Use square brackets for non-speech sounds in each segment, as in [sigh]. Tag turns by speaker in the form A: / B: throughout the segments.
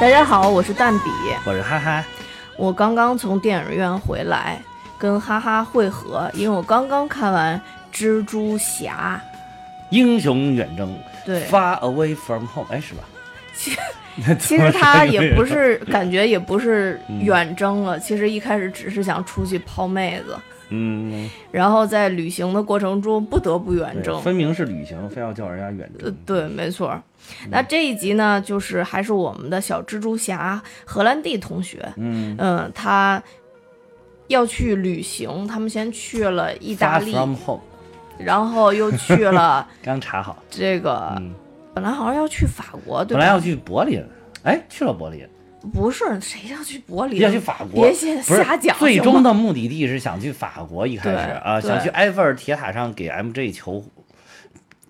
A: 大家好，我是蛋比，
B: 我是哈哈，
A: 我刚刚从电影院回来，跟哈哈会合，因为我刚刚看完《蜘蛛侠
B: 英雄远征》。
A: 对，
B: ，Far Away from Home，哎，是吧？
A: 其实他也不是，感觉也不是
B: 嗯
A: 远征了，其实一开始只是想出去泡妹子，
B: 嗯，
A: 然后在旅行的过程中不得不远
B: 对
A: 征。
B: 分明是旅行，非要叫人家远
A: 呃
B: 征，，
A: 对，没错儿。那这一集呢，就是还是我们的小蜘蛛侠荷兰弟同学，
B: 嗯
A: 嗯，他要去旅行，他们先去了意大
B: ，Far
A: 利，
B: from Home，
A: 然后又去
B: [laughs]
A: 了
B: 刚查好，
A: 这个，
B: 嗯，
A: 本来好像要去法国，对
B: 本来
A: 吧？
B: 要去柏林，哎，去了柏林，
A: 不是，谁要去柏林？
B: [laughs] 要去法国，
A: 别瞎
B: 不是
A: 瞎讲，
B: 最
A: 行
B: 终
A: 吗
B: 的目的地是想去法国，一开始
A: 对
B: 啊，
A: 对
B: 想去埃菲尔铁塔上给 MJ 求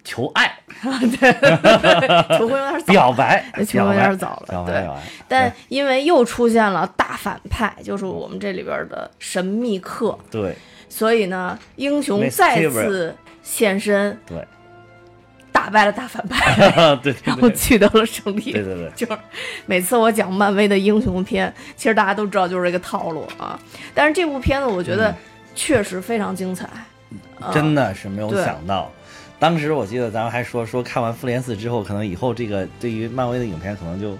B: 求爱、
A: 求婚有点早。
B: 表白
A: 那，求
B: 表
A: 婚有
B: 白
A: 点，早
B: 表
A: 了，
B: 白，
A: 对
B: 表。白。
A: 但因为又出现了大反派，就是我们这里边的神秘客，
B: 对
A: 所以呢，英雄
B: Miss
A: 再
B: Kilburn
A: 次现身，
B: 对
A: 打败了大反
B: [laughs]
A: 派，
B: 对对
A: 然后
B: 对
A: 取得了胜利。
B: 对对对，
A: 就是每次我讲漫威的英雄片，其实大家都知道就是这个套路啊。但是这部片子我觉
B: 嗯
A: 得确实非常精彩，啊
B: 真的是没有
A: 对
B: 想到。当时我记得咱们还说说看完复联四之后，可能以后这个对于漫威的影片可能就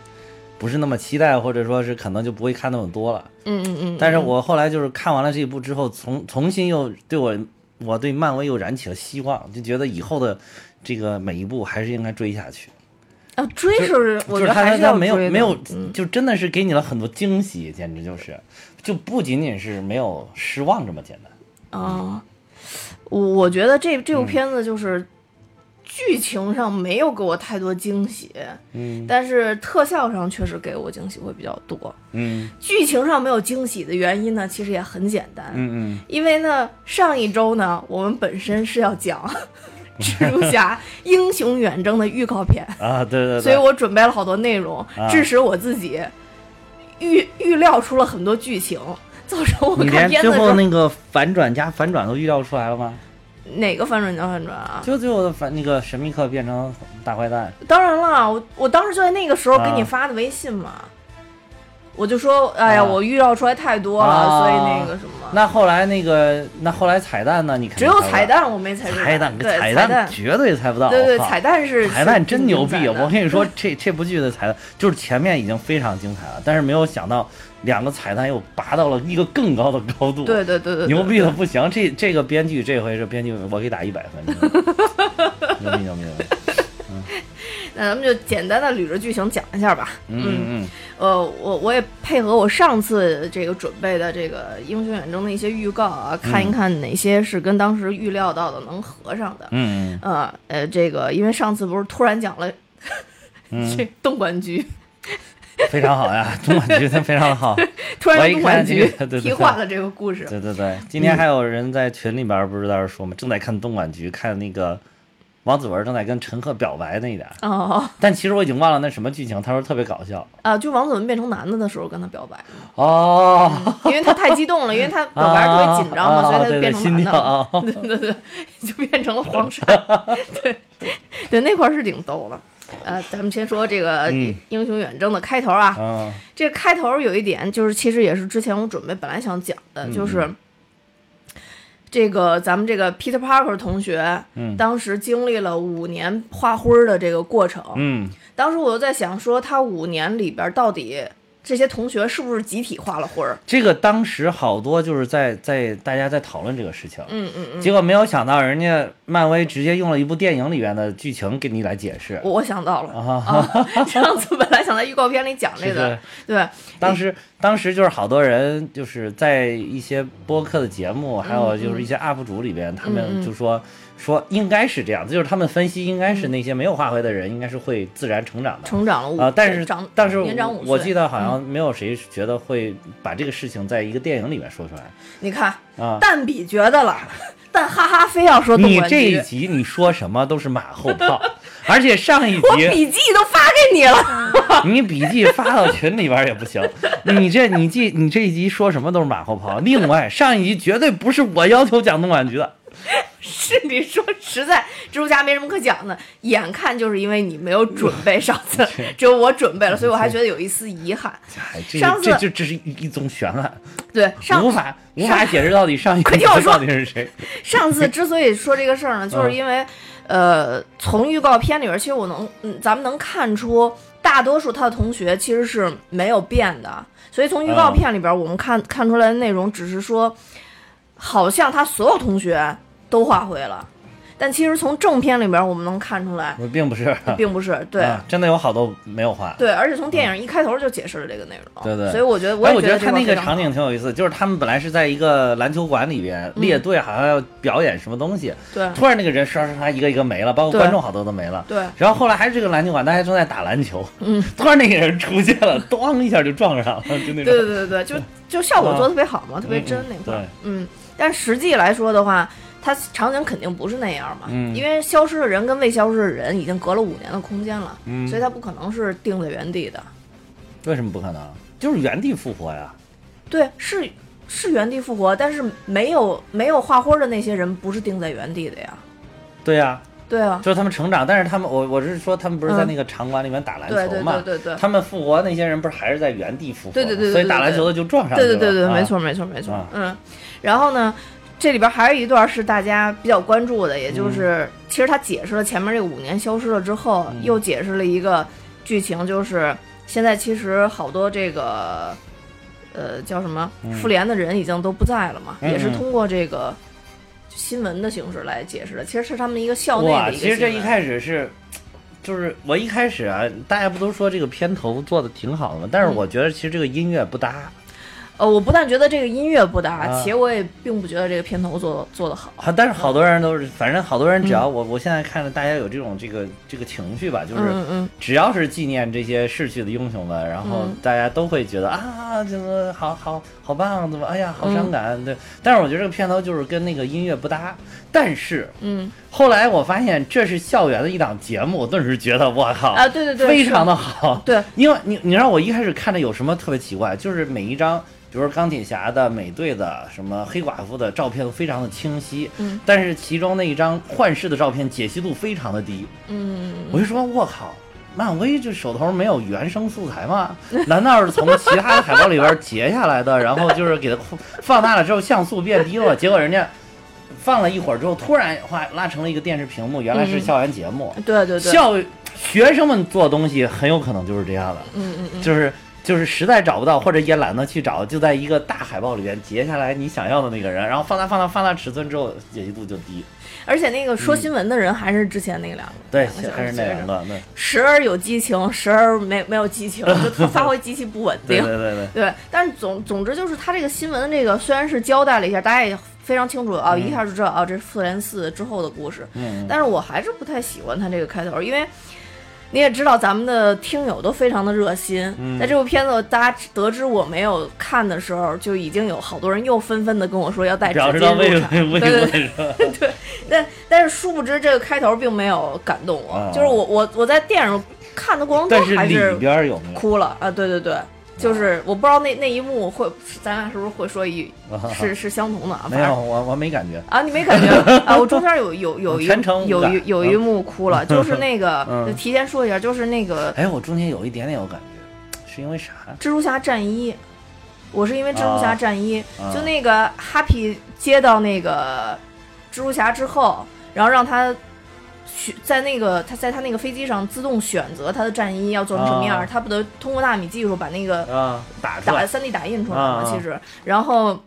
B: 不是那么期待，或者说是可能就不会看那么多了。
A: 嗯嗯嗯，
B: 但是我后来就是看完了这一部之后，重重新又对我我对漫威又燃起了希望，就觉得以后的这个每一部还是应该追下去。
A: 啊追是我觉
B: 就是
A: 得还
B: 他
A: 是要
B: 他没有
A: 追的
B: 没有，就真的是给你了很多惊喜，简直就是，就不仅仅是没有失望这么简单。
A: 啊。我我觉得这
B: 嗯
A: 这部片子就是剧情上没有给我太多惊喜，
B: 嗯
A: 但是特效上确实给我惊喜会比较多。
B: 嗯
A: 剧情上没有惊喜的原因呢，其实也很简单，
B: 嗯嗯，
A: 因为呢，上一周呢，我们本身是要讲 [laughs] 蜘蛛侠英雄远征的预告片，
B: 啊，对对对，
A: 所以我准备了好多内容
B: 啊，
A: 致使我自己预预料出了很多剧情，造成我
B: 你
A: 看
B: 连
A: 片子
B: 最
A: 的时
B: 后
A: 候
B: 那个反转加反转都预料出来了吗？
A: 哪个反转叫反转啊？
B: 就最后的反那个神秘客变成大坏蛋，
A: 当然了，我我当时就在那个时候给你
B: 啊
A: 发的微信嘛，我就说，哎呀，
B: 啊
A: 我预料出来太多了，
B: 啊
A: 所以那个什么，
B: 那后来那个那后来彩蛋呢？你肯
A: 只
B: 定
A: 有
B: 猜不
A: 彩
B: 到，
A: 蛋我没猜出来，
B: 彩蛋，
A: 对
B: 彩
A: 蛋，
B: 绝对猜不到。
A: 对对，
B: 我靠
A: 彩蛋是
B: 彩蛋真牛逼！啊
A: 是
B: 我跟你说，这这部剧的彩蛋就是前面已经非常精彩了，但是没有想到两个彩蛋又拔到了一个更高的高度，
A: 对对对对，对
B: 牛逼的不行！这这个编剧这回是编剧，我给打一百分，真的牛逼牛逼！牛逼
A: 那咱们就简单的捋着剧情讲一下吧。
B: 嗯嗯
A: 呃，我我也配合我上次这个准备的这个《英雄远征》的一些预告啊，看
B: 嗯
A: 一看哪些是跟当时预料到的能合上的。
B: 嗯
A: 呃呃，这个因为上次不是突然讲了 [laughs] 这东莞局，
B: 嗯，非常
A: [laughs]
B: 好呀，中管局的非常好，
A: 突然
B: 我
A: 让
B: 一
A: 东莞
B: 看这
A: 局
B: 个
A: [laughs]
B: 对对
A: 替换了这个故事。
B: 对对对。今天还有人在群里边不是在那说嘛，正在看东莞局，看那个王子文正在跟陈赫表白那一点儿，
A: 哦
B: 但其实我已经忘了那什么剧情，他说特别搞笑
A: 啊，就王子文变成男的的时候跟他表白，
B: 哦。
A: [laughs] 因为他太激动了，因为他表白特别紧张嘛，
B: 啊
A: 所以他
B: 啊
A: 就
B: 对
A: 变
B: 对
A: 成
B: 心
A: 男的
B: 跳
A: 了。
B: 啊，
A: 对对 [laughs] 对，就变成了黄山。
B: [laughs]
A: 对对，那块儿是挺逗了。呃，咱们先说这个《
B: 嗯
A: 英雄远征》的开头啊，
B: 嗯
A: 这个开头有一点就是，其实也是之前我准备本来想讲的，
B: 嗯
A: 就是这个咱们这个 Peter Parker 同学，
B: 嗯
A: 当时经历了五年画灰儿的这个过程，
B: 嗯，
A: 当时我就在想说，他五年里边到底这些同学是不是集体画了灰儿？
B: 这个当时好多就是在在大家在讨论这个事情，
A: 嗯嗯嗯，
B: 结果没有想到人家漫威直接用了一部电影里边的剧情给你来解释，
A: 我我想到了
B: 啊
A: 啊，上次本来想在预告片里讲这
B: 是
A: 个
B: 的，。
A: 对，
B: 当时当时就是好多人就是在一些播客的节目，还
A: 嗯
B: 有就是一些 UP 主里边，他们就说说应该是这样，就是他们分析应该是那些没有画回的人，应该是会自然成长
A: 嗯
B: 的。
A: 成长了五
B: 啊，但是
A: 长
B: 但是
A: 年长五岁，嗯
B: 我记得好像没有谁觉得会把这个事情在一个电影里面说出来
A: 你看
B: 啊。
A: 蛋比觉得了，但哈哈非要说东
B: 你
A: 莞
B: 这
A: 局
B: 一，集你说什么都是马后
A: [laughs]
B: 炮，而且上一
A: 我
B: 集
A: 笔记都发给你了， [laughs]
B: 你笔记发到群里边也不行，你这你记你这一集说什么都是马后炮。另外上一集绝对不是我要求讲东莞局的，
A: 是你说实在蜘蛛侠没什么可讲的，眼看就是因为你没有准备，上次只有我准备了，所以我还觉得有一丝遗憾。
B: 哎这
A: 上次
B: 这这这是一一宗悬案，
A: 对，上
B: 无法无法解释到底上一个
A: 快听我说
B: 到底是谁。
A: 上
B: [laughs]
A: 次之所以说这个事儿呢，
B: 嗯
A: 就是因为，呃，从预告片里边，其实我能，嗯，咱们能看出，大多数他的同学其实是没有变的，所以从预
B: 嗯
A: 告片里边，我们看、看出来的内容，只是说，好像他所有同学都化灰了，但其实从正片里边，我们能看出来，
B: 我并不是，
A: 并不是对。
B: 啊，真的有好多没有画。
A: 对，而且从电影一开头就解释了这个内容，
B: 嗯对对
A: 所以我觉得我
B: 哎，
A: 也
B: 我觉得
A: 这
B: 他那
A: 非
B: 个
A: 常
B: 场景挺有意思，就是他们本来是在一个篮球馆里边
A: 嗯
B: 列队，好像要表演什么东西，
A: 对
B: 突然那个人刷刷刷一个一个没了，包括
A: 对
B: 观众好多都没了。
A: 对
B: 然后后来还是这个篮球馆，大家正在打篮球，
A: 嗯，
B: 突然那个人出现了， [laughs] 咣一下就撞上了，就那
A: 对
B: 种。
A: 对对对，就就效果做的特别好嘛，特别
B: 嗯
A: 真
B: 嗯
A: 那块儿。嗯，但实际来说的话，它场景肯定不是那样嘛，
B: 嗯
A: 因为消失的人跟未消失的人已经隔了五年的空间了，
B: 嗯
A: 所以它不可能是定在原地的。
B: 为什么不可能？就是原地复活呀。
A: 对，是是原地复活，但是没有没有画花的那些人不是定在原地的呀。
B: 对呀、
A: 对啊，
B: 就是他们成长，但是他们，我我是说，他们不是在
A: 嗯
B: 那个场馆里面打篮
A: 对
B: 球
A: 对
B: 嘛？
A: 对对对。
B: 他们复活那些人不是还是在原地复活吗？
A: 对对对对
B: 所以打篮球的就撞上去
A: 对
B: 了。
A: 对对对，
B: 啊
A: 没。错没错没错
B: 啊，
A: 嗯，然后呢，这里边还有一段是大家比较关注的，也就是、其实他解释了前面这个五年消失了之后，
B: 嗯
A: 又解释了一个剧情，就是现在其实好多这个呃叫什么
B: 嗯
A: 复联的人已经都不在了嘛，
B: 嗯
A: 也是通过这个新闻的形式来解释的，其实是他们一个校内
B: 哇，
A: 的一个啊
B: 其实这一
A: 新闻
B: 开始是，就是我一开始啊，大家不都说这个片头做的挺好的吗？
A: 嗯
B: 但是我觉得其实这个音乐不搭，
A: 呃，我不但觉得这个音乐不搭，
B: 啊
A: 且我也并不觉得这个片头做做得好。
B: 好，但是好多人都是，反正好多人只
A: 嗯
B: 要我、我现在看着大家有这种这个这个情绪吧，就是。
A: 嗯嗯嗯，
B: 只要是纪念这些逝去的英雄们，然后
A: 嗯
B: 大家都会觉得、啊，怎么好好好棒，怎么哎呀好
A: 嗯
B: 伤感、对，但是我觉得这个片头就是跟那个音乐不搭。但是
A: 嗯
B: 后来我发现这是校园的一档节目，我顿时觉得我靠，
A: 啊，对对对，
B: 非
A: 是
B: 常的好。
A: 对，
B: 因为你你让我一开始看着有什么特别奇怪，就是每一张，比如说钢铁侠的、美队的、什么黑寡妇的照片都非常的清晰，
A: 嗯
B: 但是其中那一张幻视的照片解析度非常的低，
A: 嗯。
B: 我就说我靠。漫威这手头没有原生素材吗？ [laughs] 难道是从其他的海报里边截下来的，然后就是给它放大了之后像素变低了？结果人家放了一会儿之后，突然哗拉成了一个电视屏幕，原来是
A: 嗯
B: 校园节目。
A: 对对对，
B: 校学生们做东西很有可能就是这样的，
A: 嗯嗯嗯，
B: 就是就是实在找不到或者也懒得去找，就在一个大海报里边截下来你想要的那个人，然后放大放大放大尺寸之后解析度就低。
A: 而且那个说新闻的人还是之前那两个，
B: 对，
A: 两个
B: 还是那两，个，对
A: 时而有激情，时而没没有激
B: [laughs]
A: 情，就发挥极其不稳
B: 对
A: 定。
B: 对对对。
A: 对，但是总总之就是他这个新闻的这个虽然是交代了一下，大家也非常清楚啊，一下就知道啊，这是复联四之后的故事。
B: 嗯，
A: [laughs] 但是我还是不太喜欢他这个开头，因为你也知道咱们的听友都非常的热心，
B: 嗯
A: 在这部片子大家得知我没有看的时候，就已经有好多人又纷纷的跟我说要带纸巾
B: 表示
A: 入
B: 到
A: 场，
B: 为
A: 对
B: 为为
A: [laughs] 对对
B: 为什么？
A: 但但是殊不知这个开头并没有感动我，
B: 啊
A: 就是我我我在电影看的过程
B: 但
A: 中 [laughs]
B: 是
A: 还
B: 里边儿有没有？
A: 哭了啊，对对对。就是我不知道那那一幕会，咱俩是不是会说一
B: 啊
A: 是是相同的啊？反
B: 没有，
A: 正
B: 我我没感觉。
A: 啊，你没感觉啊？我中间有有有一
B: 嗯全程无
A: 有
B: 感
A: 一有一幕哭了，就是那个
B: 嗯
A: 就提前说一下，就是那个
B: 哎，我中间有一点点有感觉，是因为啥？
A: 蜘蛛侠战衣，我是因为蜘蛛侠战衣，
B: 啊
A: 就那个 Happy 接到那个蜘蛛侠之后，然后让他选在那个他在他那个飞机上自动选择他的战衣要做成什么样儿，
B: 啊
A: 他不得通过纳米技术把那个
B: 啊，打出
A: 打
B: 来，
A: 三 D 打印出来吗？
B: 啊啊
A: 其实，然后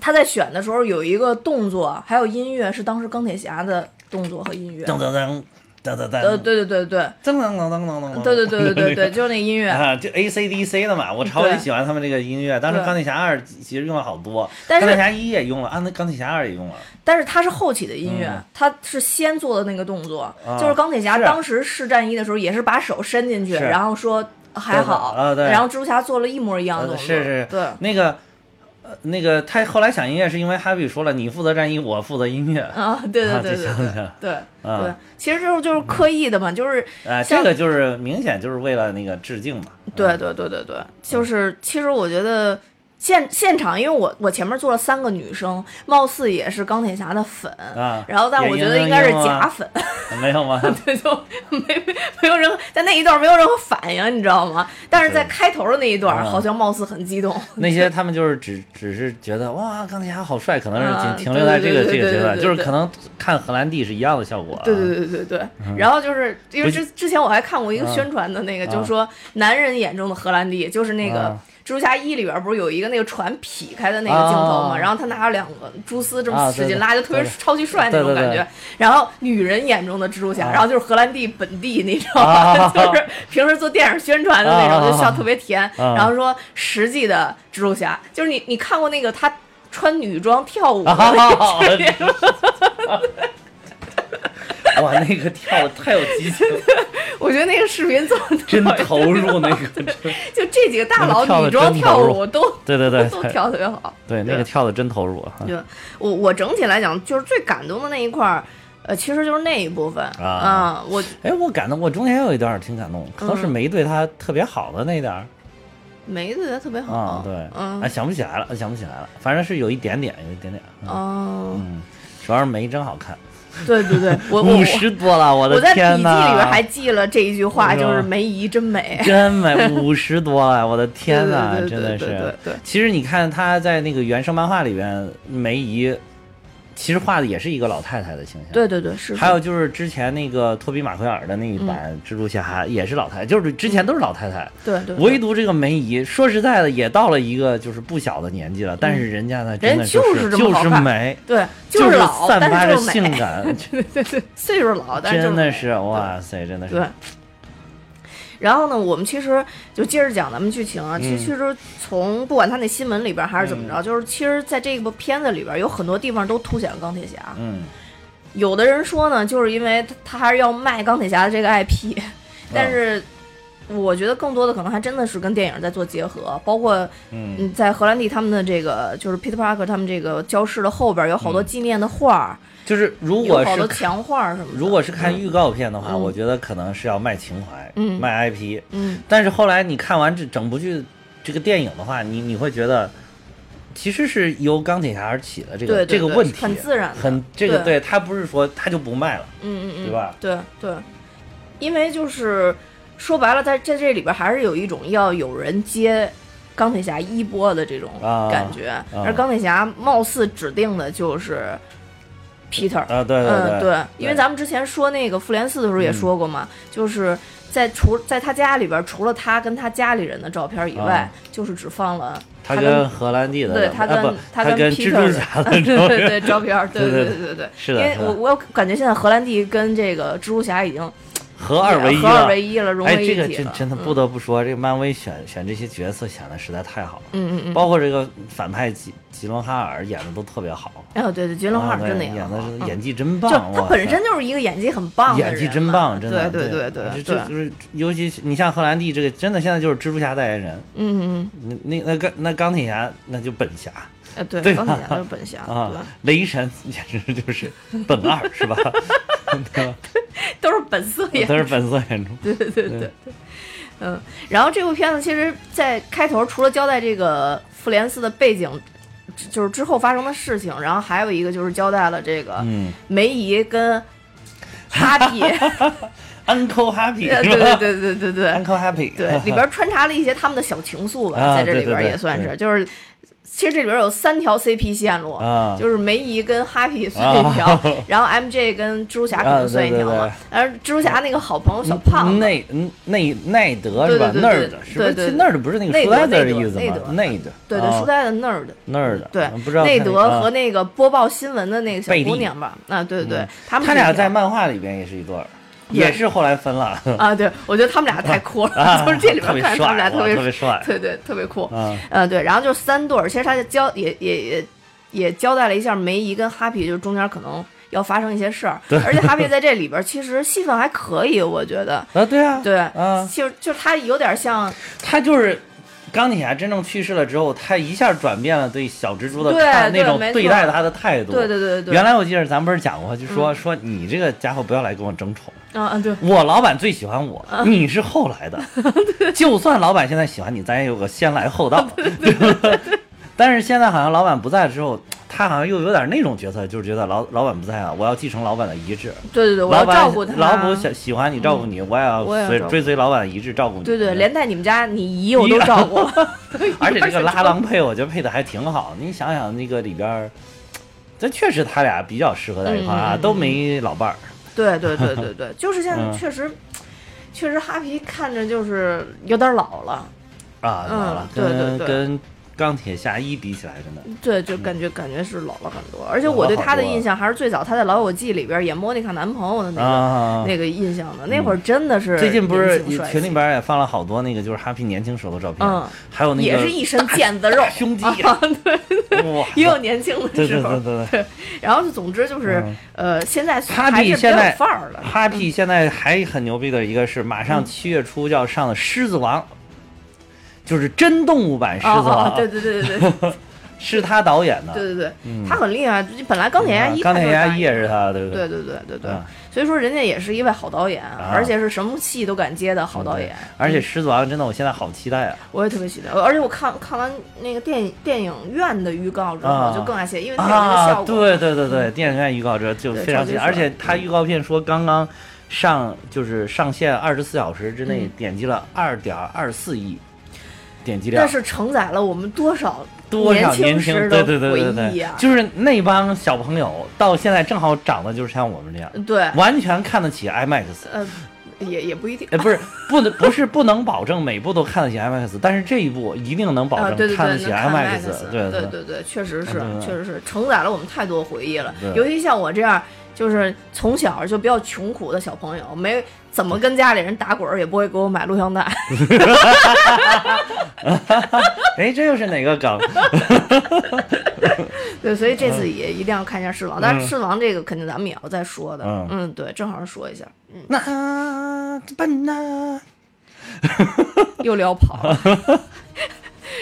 A: 他在选的时候有一个动作，还有音乐是当时钢铁侠的动作和音乐。
B: 噔噔噔噔噔
A: 呃，对
B: 噔，
A: 对对对
B: 噔噔噔噔噔噔，
A: 对对对对对
B: [laughs]
A: 对，就是那音乐。
B: 啊，就 A C D C 的嘛，我超级喜欢他们这个音乐。当时
A: 对
B: 钢铁侠二其实用了好多，
A: 但
B: 钢
A: 是
B: 铁侠一也用了，啊，那钢铁侠二也用了。
A: 但是他是后起的音乐，
B: 嗯
A: 他是先做的那个动作，
B: 啊
A: 就是钢铁侠
B: 是
A: 当时试战衣的时候也是把手伸进去，
B: 是
A: 然后说还好，
B: 对的啊对
A: 然后蜘蛛侠做了一模一样的动
B: 呃
A: 作，
B: 是是，
A: 对。
B: 那个。呃，那个他后来想音乐是因为哈比说了，你负责战衣，我负责音乐。
A: 啊，对对
B: 啊
A: 对
B: 这
A: 对
B: 想
A: 对
B: 起来了
A: 对
B: 啊
A: 对，其实就是就是刻意的嘛，就是
B: 啊，
A: 像
B: 这个就是明显就是为了那个致敬嘛。
A: 对对对对对，就是其实我觉得现现场，因为我我前面坐了三个女生，貌似也是钢铁侠的粉，
B: 啊
A: [laughs] 然后但
B: 也
A: 我觉
B: 应
A: 得
B: 该
A: 应该是
B: 应该吗
A: 假粉，
B: [laughs] 没
A: [laughs]
B: 有吗？
A: 对，就没没没有任何在那一段没有任何反应，你知道吗？但是在
B: 对
A: 开头的那一段，
B: 嗯
A: 好像貌似很激动。
B: 那些他们就是只只是觉得哇，钢铁侠好帅，可能是
A: 啊
B: 仅停留在这个
A: 对对
B: 这个
A: 对
B: 阶段，
A: 对对
B: 就是
A: 对
B: 可能看荷兰弟是一样的效果啊。哎
A: 对对对对对。然后就是因为之之前我还看过一个
B: 嗯
A: 宣传的那个，
B: 嗯
A: 就是说男人眼中的荷兰弟，就是那个
B: 嗯
A: 蜘蛛侠一里边不是有一个那个船劈开的那个镜头嘛，
B: 啊
A: 然后他拿着两个蛛丝这么
B: 啊
A: 使
B: 对
A: 劲
B: 对
A: 拉，就特别
B: 对对
A: 超级帅那种
B: 对对
A: 感
B: 对
A: 觉。然后女人眼中的蜘蛛侠，
B: 啊
A: 然后就是荷兰弟本地，你知道吗？[laughs]
B: 啊
A: 就是平时做电影宣传的那种，
B: 啊
A: 就笑特别甜。
B: 啊
A: 然后说实际的蜘蛛侠，就是你你看过那个他穿女装跳
B: [laughs]
A: 舞的
B: 啊
A: 那个
B: 我知道哇，那个跳的太有激情，了，
A: 我觉得那个视频做的
B: 真投入那个，真
A: [laughs] 就这几个大佬
B: 那跳得
A: 女装
B: 真
A: 跳
B: 投入
A: 舞都
B: 对对对
A: [laughs] 都跳得特别好。
B: 对，那个跳的真投入啊。
A: 就我我整体来讲，就是最感动的那一块儿，呃，其实就是那一部分
B: 啊
A: 嗯我
B: 哎，我感动，我中间有一段儿挺感动，可能
A: 嗯
B: 是没对他特别好的那点儿
A: 没对他特别
B: 啊
A: 好，，
B: 对，
A: 嗯
B: 啊，想不起来了，想不起来了，反正是有一点点，有一点点，嗯，
A: 哦，
B: 嗯主要是没真好看，
A: 对对对，
B: [laughs]
A: 我我
B: 五
A: 我
B: 十多了，嗯我的
A: 我在笔记
B: 天
A: 里
B: 呐！
A: 边还记了这一句话，
B: 是吧
A: 就是梅姨真
B: [laughs]
A: 美。
B: 真美，五十多了，我的
A: [laughs]
B: 天呐，
A: 对对
B: 真
A: 对
B: 的
A: 对对
B: 是。
A: 对对
B: 其实你看她在那个原声漫画里边，梅姨其实画的也是一个老太太的形象。
A: 对嗯对对，是。
B: 还有就是之前那个托比马奎尔的那一版蜘蛛侠也是老太太，就是之前都是老太太，
A: 对对，对
B: 唯独这个梅姨，说实在的也到了一个就是不小的年纪了，但是人家呢，真的
A: 嗯人
B: 是
A: 家就是这
B: 就
A: 么好
B: 是
A: 看
B: 美，
A: 对
B: 就是
A: 老，
B: 散发
A: 但
B: 着
A: 是就是
B: 性
A: 美。
B: 感，
A: [laughs] 对对对，岁数老，但是就是
B: 真的
A: 美
B: 是哇塞，真的是
A: 对。然后呢，我们其实就接着讲咱们剧情啊。其实
B: 嗯
A: 其实从不管他那新闻里边还是怎么着，就是其实在这个片子里边有很多地方都凸显了钢铁侠。
B: 嗯，
A: 有的人说呢，就是因为他他还是要卖钢铁侠的这个 IP，但
B: [laughs]
A: 是我觉得更多的可能还真的是跟电影在做结合，包括
B: 嗯
A: 嗯，在荷兰弟他们的这个就是 Peter Parker 他们这个教室的后边有好多纪念的画儿，
B: 就是嗯如
A: 有
B: 果
A: 好
B: 是
A: 多墙画儿什么的。
B: 如果是看预告片的话，
A: 嗯
B: 我觉得可能是要卖情怀，
A: 嗯
B: 卖 IP。
A: 嗯
B: 但是后来你看完这整部剧这个电影的话，你你会觉得，其实是由钢铁侠而起的这个
A: 对对
B: 这
A: 对
B: 个问题，
A: 很自然的
B: 很这个
A: 对
B: 对他不是说他就不卖了，
A: 嗯嗯嗯，
B: 对吧
A: 对对，因为就是说白了，在在这里边还是有一种要有人接钢铁侠衣钵的这种
B: 啊
A: 感觉，而钢铁侠貌似指定的就是 Peter。
B: 啊，对
A: 嗯，
B: 对嗯
A: 对，因为咱们之前说那个复联四的时候也说过嘛，就是在除在他家里边，除了他跟他家里人的照片以外，
B: 啊
A: 就是只放了
B: 他
A: 跟
B: 跟荷兰弟的
A: 对
B: 两
A: 他
B: 个啊
A: 跟
B: 不
A: 他
B: 他
A: 跟
B: 跟
A: Peter
B: 蜘蛛侠 [laughs] 的
A: [laughs] 对对对照
B: 照片
A: 片儿，对对
B: 对对
A: 对对，
B: 是的
A: 因为
B: 是的
A: 我我感觉现在荷兰弟跟这个蜘蛛侠已经
B: 合二为一啊
A: 合二
B: 了。
A: 为一啊了，融
B: 哎，
A: 为
B: 这
A: 一
B: 个
A: 体
B: 真
A: 了。嗯
B: 真的不得不说，这个漫威选选这些角色选的实在太好了，
A: 嗯嗯嗯，
B: 包括这个反派吉吉伦哈尔演的都特别好，
A: 哎呦，对对，杰伦哈尔真的
B: 啊演
A: 演
B: 的
A: 好
B: 是
A: 嗯
B: 演技真
A: 就
B: 棒，
A: 他
B: 哇
A: 本
B: 塞
A: 身就是一个演技很棒的人
B: 演
A: 嘛，
B: 技真棒，真的，
A: 对对对对
B: 这
A: 对
B: 这，就是尤其是你像荷兰弟这个，真的现在就是蜘蛛侠代言人，
A: 嗯嗯
B: 那那那钢那钢铁侠那就本侠
A: 嗯，哎对，
B: 对
A: 钢
B: 吧
A: 铁侠就是
B: [laughs]
A: 本侠，对
B: 啊
A: 吧， [laughs]
B: 雷神简直就是本二是吧？对吧？
A: 都是本色演
B: 都是本色演出，
A: 对对对对对，嗯。然后这部片子其实，在开头除了交代这个复联四的背景，之就是之后发生的事情，然后还有一个就是交代了这个
B: 嗯
A: 梅姨跟哈比，
B: ，Uncle
A: [laughs]
B: Happy
A: 对
B: 是
A: 对
B: 吧
A: 对对对对
B: ？Uncle Happy
A: 对，里边穿插了一些他们的小情愫吧，
B: [laughs] 啊
A: 在这里
B: 对
A: 边
B: 对对
A: 也算是，
B: 对
A: 就是其实这里边有三条 CP 线路。
B: 啊，
A: 就是梅姨跟哈皮算一条，
B: [laughs] 啊
A: 然后 MJ 跟蜘蛛侠可能算一条嘛
B: 啊，
A: 然后蜘蛛侠那个好朋友小胖子，
B: 内嗯内奈德是吧？
A: 对对对
B: 那儿
A: 对
B: 的是不
A: 对
B: 是？
A: 对
B: 其实那儿的不是那个
A: 内
B: 书
A: 德
B: 呆子的
A: 内德
B: 意思
A: 内
B: 吗
A: 德？
B: 内德
A: 对对，
B: 啊
A: 书呆子那儿的。
B: 那儿的
A: 对，
B: 不知道
A: 内
B: 看那
A: 德
B: 个啊
A: 和那个播报新闻的那个小
B: 贝
A: 姑
B: 利嗯
A: 娘吧，啊，对对对，他们
B: 他
A: 是一
B: 俩
A: 条
B: 在漫画里边也是一对儿，
A: 也
B: 也是后来
A: [laughs]
B: 分了。
A: 啊，对我觉得他们俩太酷了，就是这里
B: 啊特
A: 边
B: 别
A: 看着他们俩
B: 帅，
A: 特
B: 哇
A: 别
B: 特别帅
A: 对对特别酷，
B: 啊！
A: 呃对，然后就三对儿，其实他就交也也也也交代了一下梅姨跟哈皮，就是中间可能要发生一些事儿，而且哈皮在这里边其实戏份还可以，我觉得，
B: 啊，对啊，
A: 对，
B: 啊，
A: 就就他有点像
B: 他就是钢铁侠真正去世了之后，他一下转变了对小蜘蛛的
A: 对
B: 看
A: 对
B: 那种
A: 没
B: 对
A: 错
B: 待他的态度。
A: 对对对对对嗯
B: 原来我记得咱不是讲过，就说说你这个家伙不要来跟我争宠，
A: 啊啊对
B: 我老板最喜欢我，
A: 啊
B: 你
A: [laughs]
B: 是后来的，就算老板现在喜欢你，咱也有个先来后到，对吧？但是现在好像老板不在之后，他好像又有点那种角色，就是觉得老老板不在啊，我要继承老板的遗志。
A: 对对对，我
B: 老
A: 要
B: 板
A: 照顾他。嗯
B: 老母喜喜欢你，照顾你，我也
A: 我也
B: 要
A: 要
B: 随
A: 照顾
B: 追随老板的遗志照顾你。
A: 对对，连带你们家你姨我都照顾
B: 啊
A: 了。
B: [laughs] 而且这个拉郎配，我觉得配的还挺好。你想想那个里边儿，这确实他俩比较适合在一块儿啊，
A: 嗯嗯嗯
B: 都没老伴儿。
A: 对对对对对，就是现
B: 嗯
A: 在确实，确实哈皮看着就是有点老了，
B: 啊，
A: 嗯
B: 老了，
A: 对对
B: 跟
A: 对
B: 跟钢铁侠一比起来，真的
A: 对，就感觉感觉是老了很多。而且
B: 嗯老了
A: 我对
B: 好
A: 他的
B: 多
A: 印象还是最早他在《老友记》里边演莫妮卡男朋友的那个
B: 啊。
A: 那个印象的，那会儿真的是
B: 最近不是
A: 年轻帅气
B: 群里边也放了好多那个就是哈皮年轻时候的照片，
A: 嗯
B: 还有那个
A: 也
B: [laughs]
A: 是一身腱子肉
B: 大，胸肌，
A: [laughs] 啊对，
B: [laughs] 哇，
A: 也有年轻的
B: 对
A: 时
B: 对
A: 候
B: 对。对对，
A: 然后就总之就是
B: 嗯
A: 呃，现在
B: 哈
A: 还
B: 比
A: 是比较
B: 现在
A: 有范儿
B: [laughs]
A: 了。
B: 哈皮现在还很牛逼的一个是，马
A: 嗯
B: 上七月初就要上的《狮子王》，就是真动物版《狮子
A: 哦哦
B: 王
A: 哦，》，对对对对
B: [laughs]
A: 对
B: 是他导演的，
A: 对对对，他很厉害。就本来钢铁侠一，
B: 嗯钢铁
A: 他就
B: 侠
A: 是
B: 一也是他，对不
A: 对对对对对
B: 啊，
A: 所以说人家也是一位好导演，而且是什么戏都敢接的好
B: 嗯
A: 导演。嗯
B: 而且《狮子王》真的，我现在好期待啊！
A: 我也特别喜欢，而且我看看完那个电影电影院的预告之后
B: 啊，
A: 就更爱写，因为它有那个
B: 啊，
A: 效果。嗯
B: 对对对对，电影院预告这就
A: 对
B: 非常
A: 超级嗯
B: 期待，
A: 爽
B: 而且他预告片说刚刚上就是上线二十四小时之内
A: 嗯
B: 点击了二点二四亿点击量
A: 但，是承载了我们多少
B: 多少
A: 轻
B: 年轻
A: 时
B: 对
A: 的
B: 对对
A: 回
B: 对对
A: 忆啊！
B: 就是那帮小朋友到现在正好长得就是像我们这样，
A: 对，
B: 完全看得起 IMAX。
A: 呃，也也不一定。
B: 呃，不是，不
A: [laughs]
B: 能，不是不能保证每部都看得起 IMAX，但是这一部一定能保
A: 啊，对对
B: 证
A: 对，
B: 看得
A: 能
B: 起
A: 看
B: IMAX，
A: IMAX，
B: 对哎
A: 对对对，确实是
B: 对对，对
A: 确实是承载了我们太多回忆了
B: 对。
A: 尤其像我这样，就是从小就比较穷苦的小朋友，没怎么跟家里人打滚儿，也不会给我买录像带。
B: 哎，这又是哪个
A: [laughs]
B: 梗？
A: 对，所以这
B: 嗯
A: 次也一定要看一下《狮王》，但是《狮王》这个肯定咱们也要再说的
B: 嗯。
A: 嗯，对，正好说一下，嗯，
B: 那笨呐，
A: 又聊跑了。 [laughs]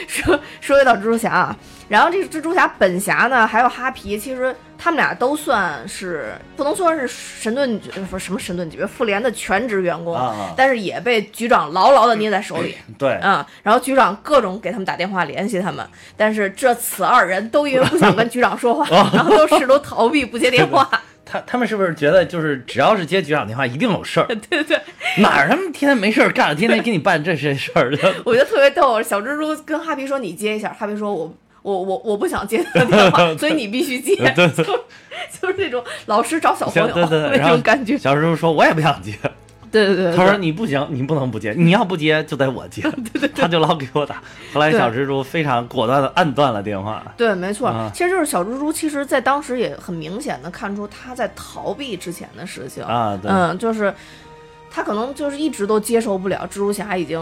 A: 说说回到蜘蛛侠啊，然后这个蜘蛛侠本侠呢，还有哈皮，其实他们俩都算是不能算是神盾局，不是什么神盾局，复联的全职员工，
B: 啊啊
A: 但是也被局长牢牢的捏在手里。
B: 对，
A: 嗯，然后局长各种给他们打电话联系他们，但是这此二人都因为不想跟局长说话，
B: 哦
A: 然后都试图逃避不接电话。
B: 他他们是不是觉得就是只要是接局长电话一定有事儿？
A: [laughs] 对对，
B: 哪儿他们天天没事儿干，天天给你办这些事
A: [laughs]
B: 儿？
A: 我觉得特别逗。小蜘蛛跟哈皮说：“你接一下。”哈皮说：“我我我我不想接他的电
B: [laughs]
A: 话，所以你必须接。
B: 对对
A: 就是 [laughs] 就是那种老师找小朋
B: 行，
A: 友
B: 对对
A: 那
B: 对，然后
A: 种感觉。
B: 小时候说我也不
A: [laughs]
B: 想接，
A: 对对对对，
B: 他说你不行，你不能不接，你要不接就得我
A: [laughs]
B: 接，他就老给我打。后来
A: 对
B: 小蜘蛛非常果断的按断了电话。
A: 对，没错，
B: 啊
A: 其实就是小蜘蛛，其实在当时也很明显的看出他在逃避之前的事情
B: 啊对
A: 嗯，就是他可能就是一直都接受不了蜘蛛侠已经，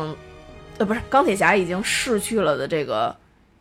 A: 呃，不是钢铁侠已经逝去了的这个。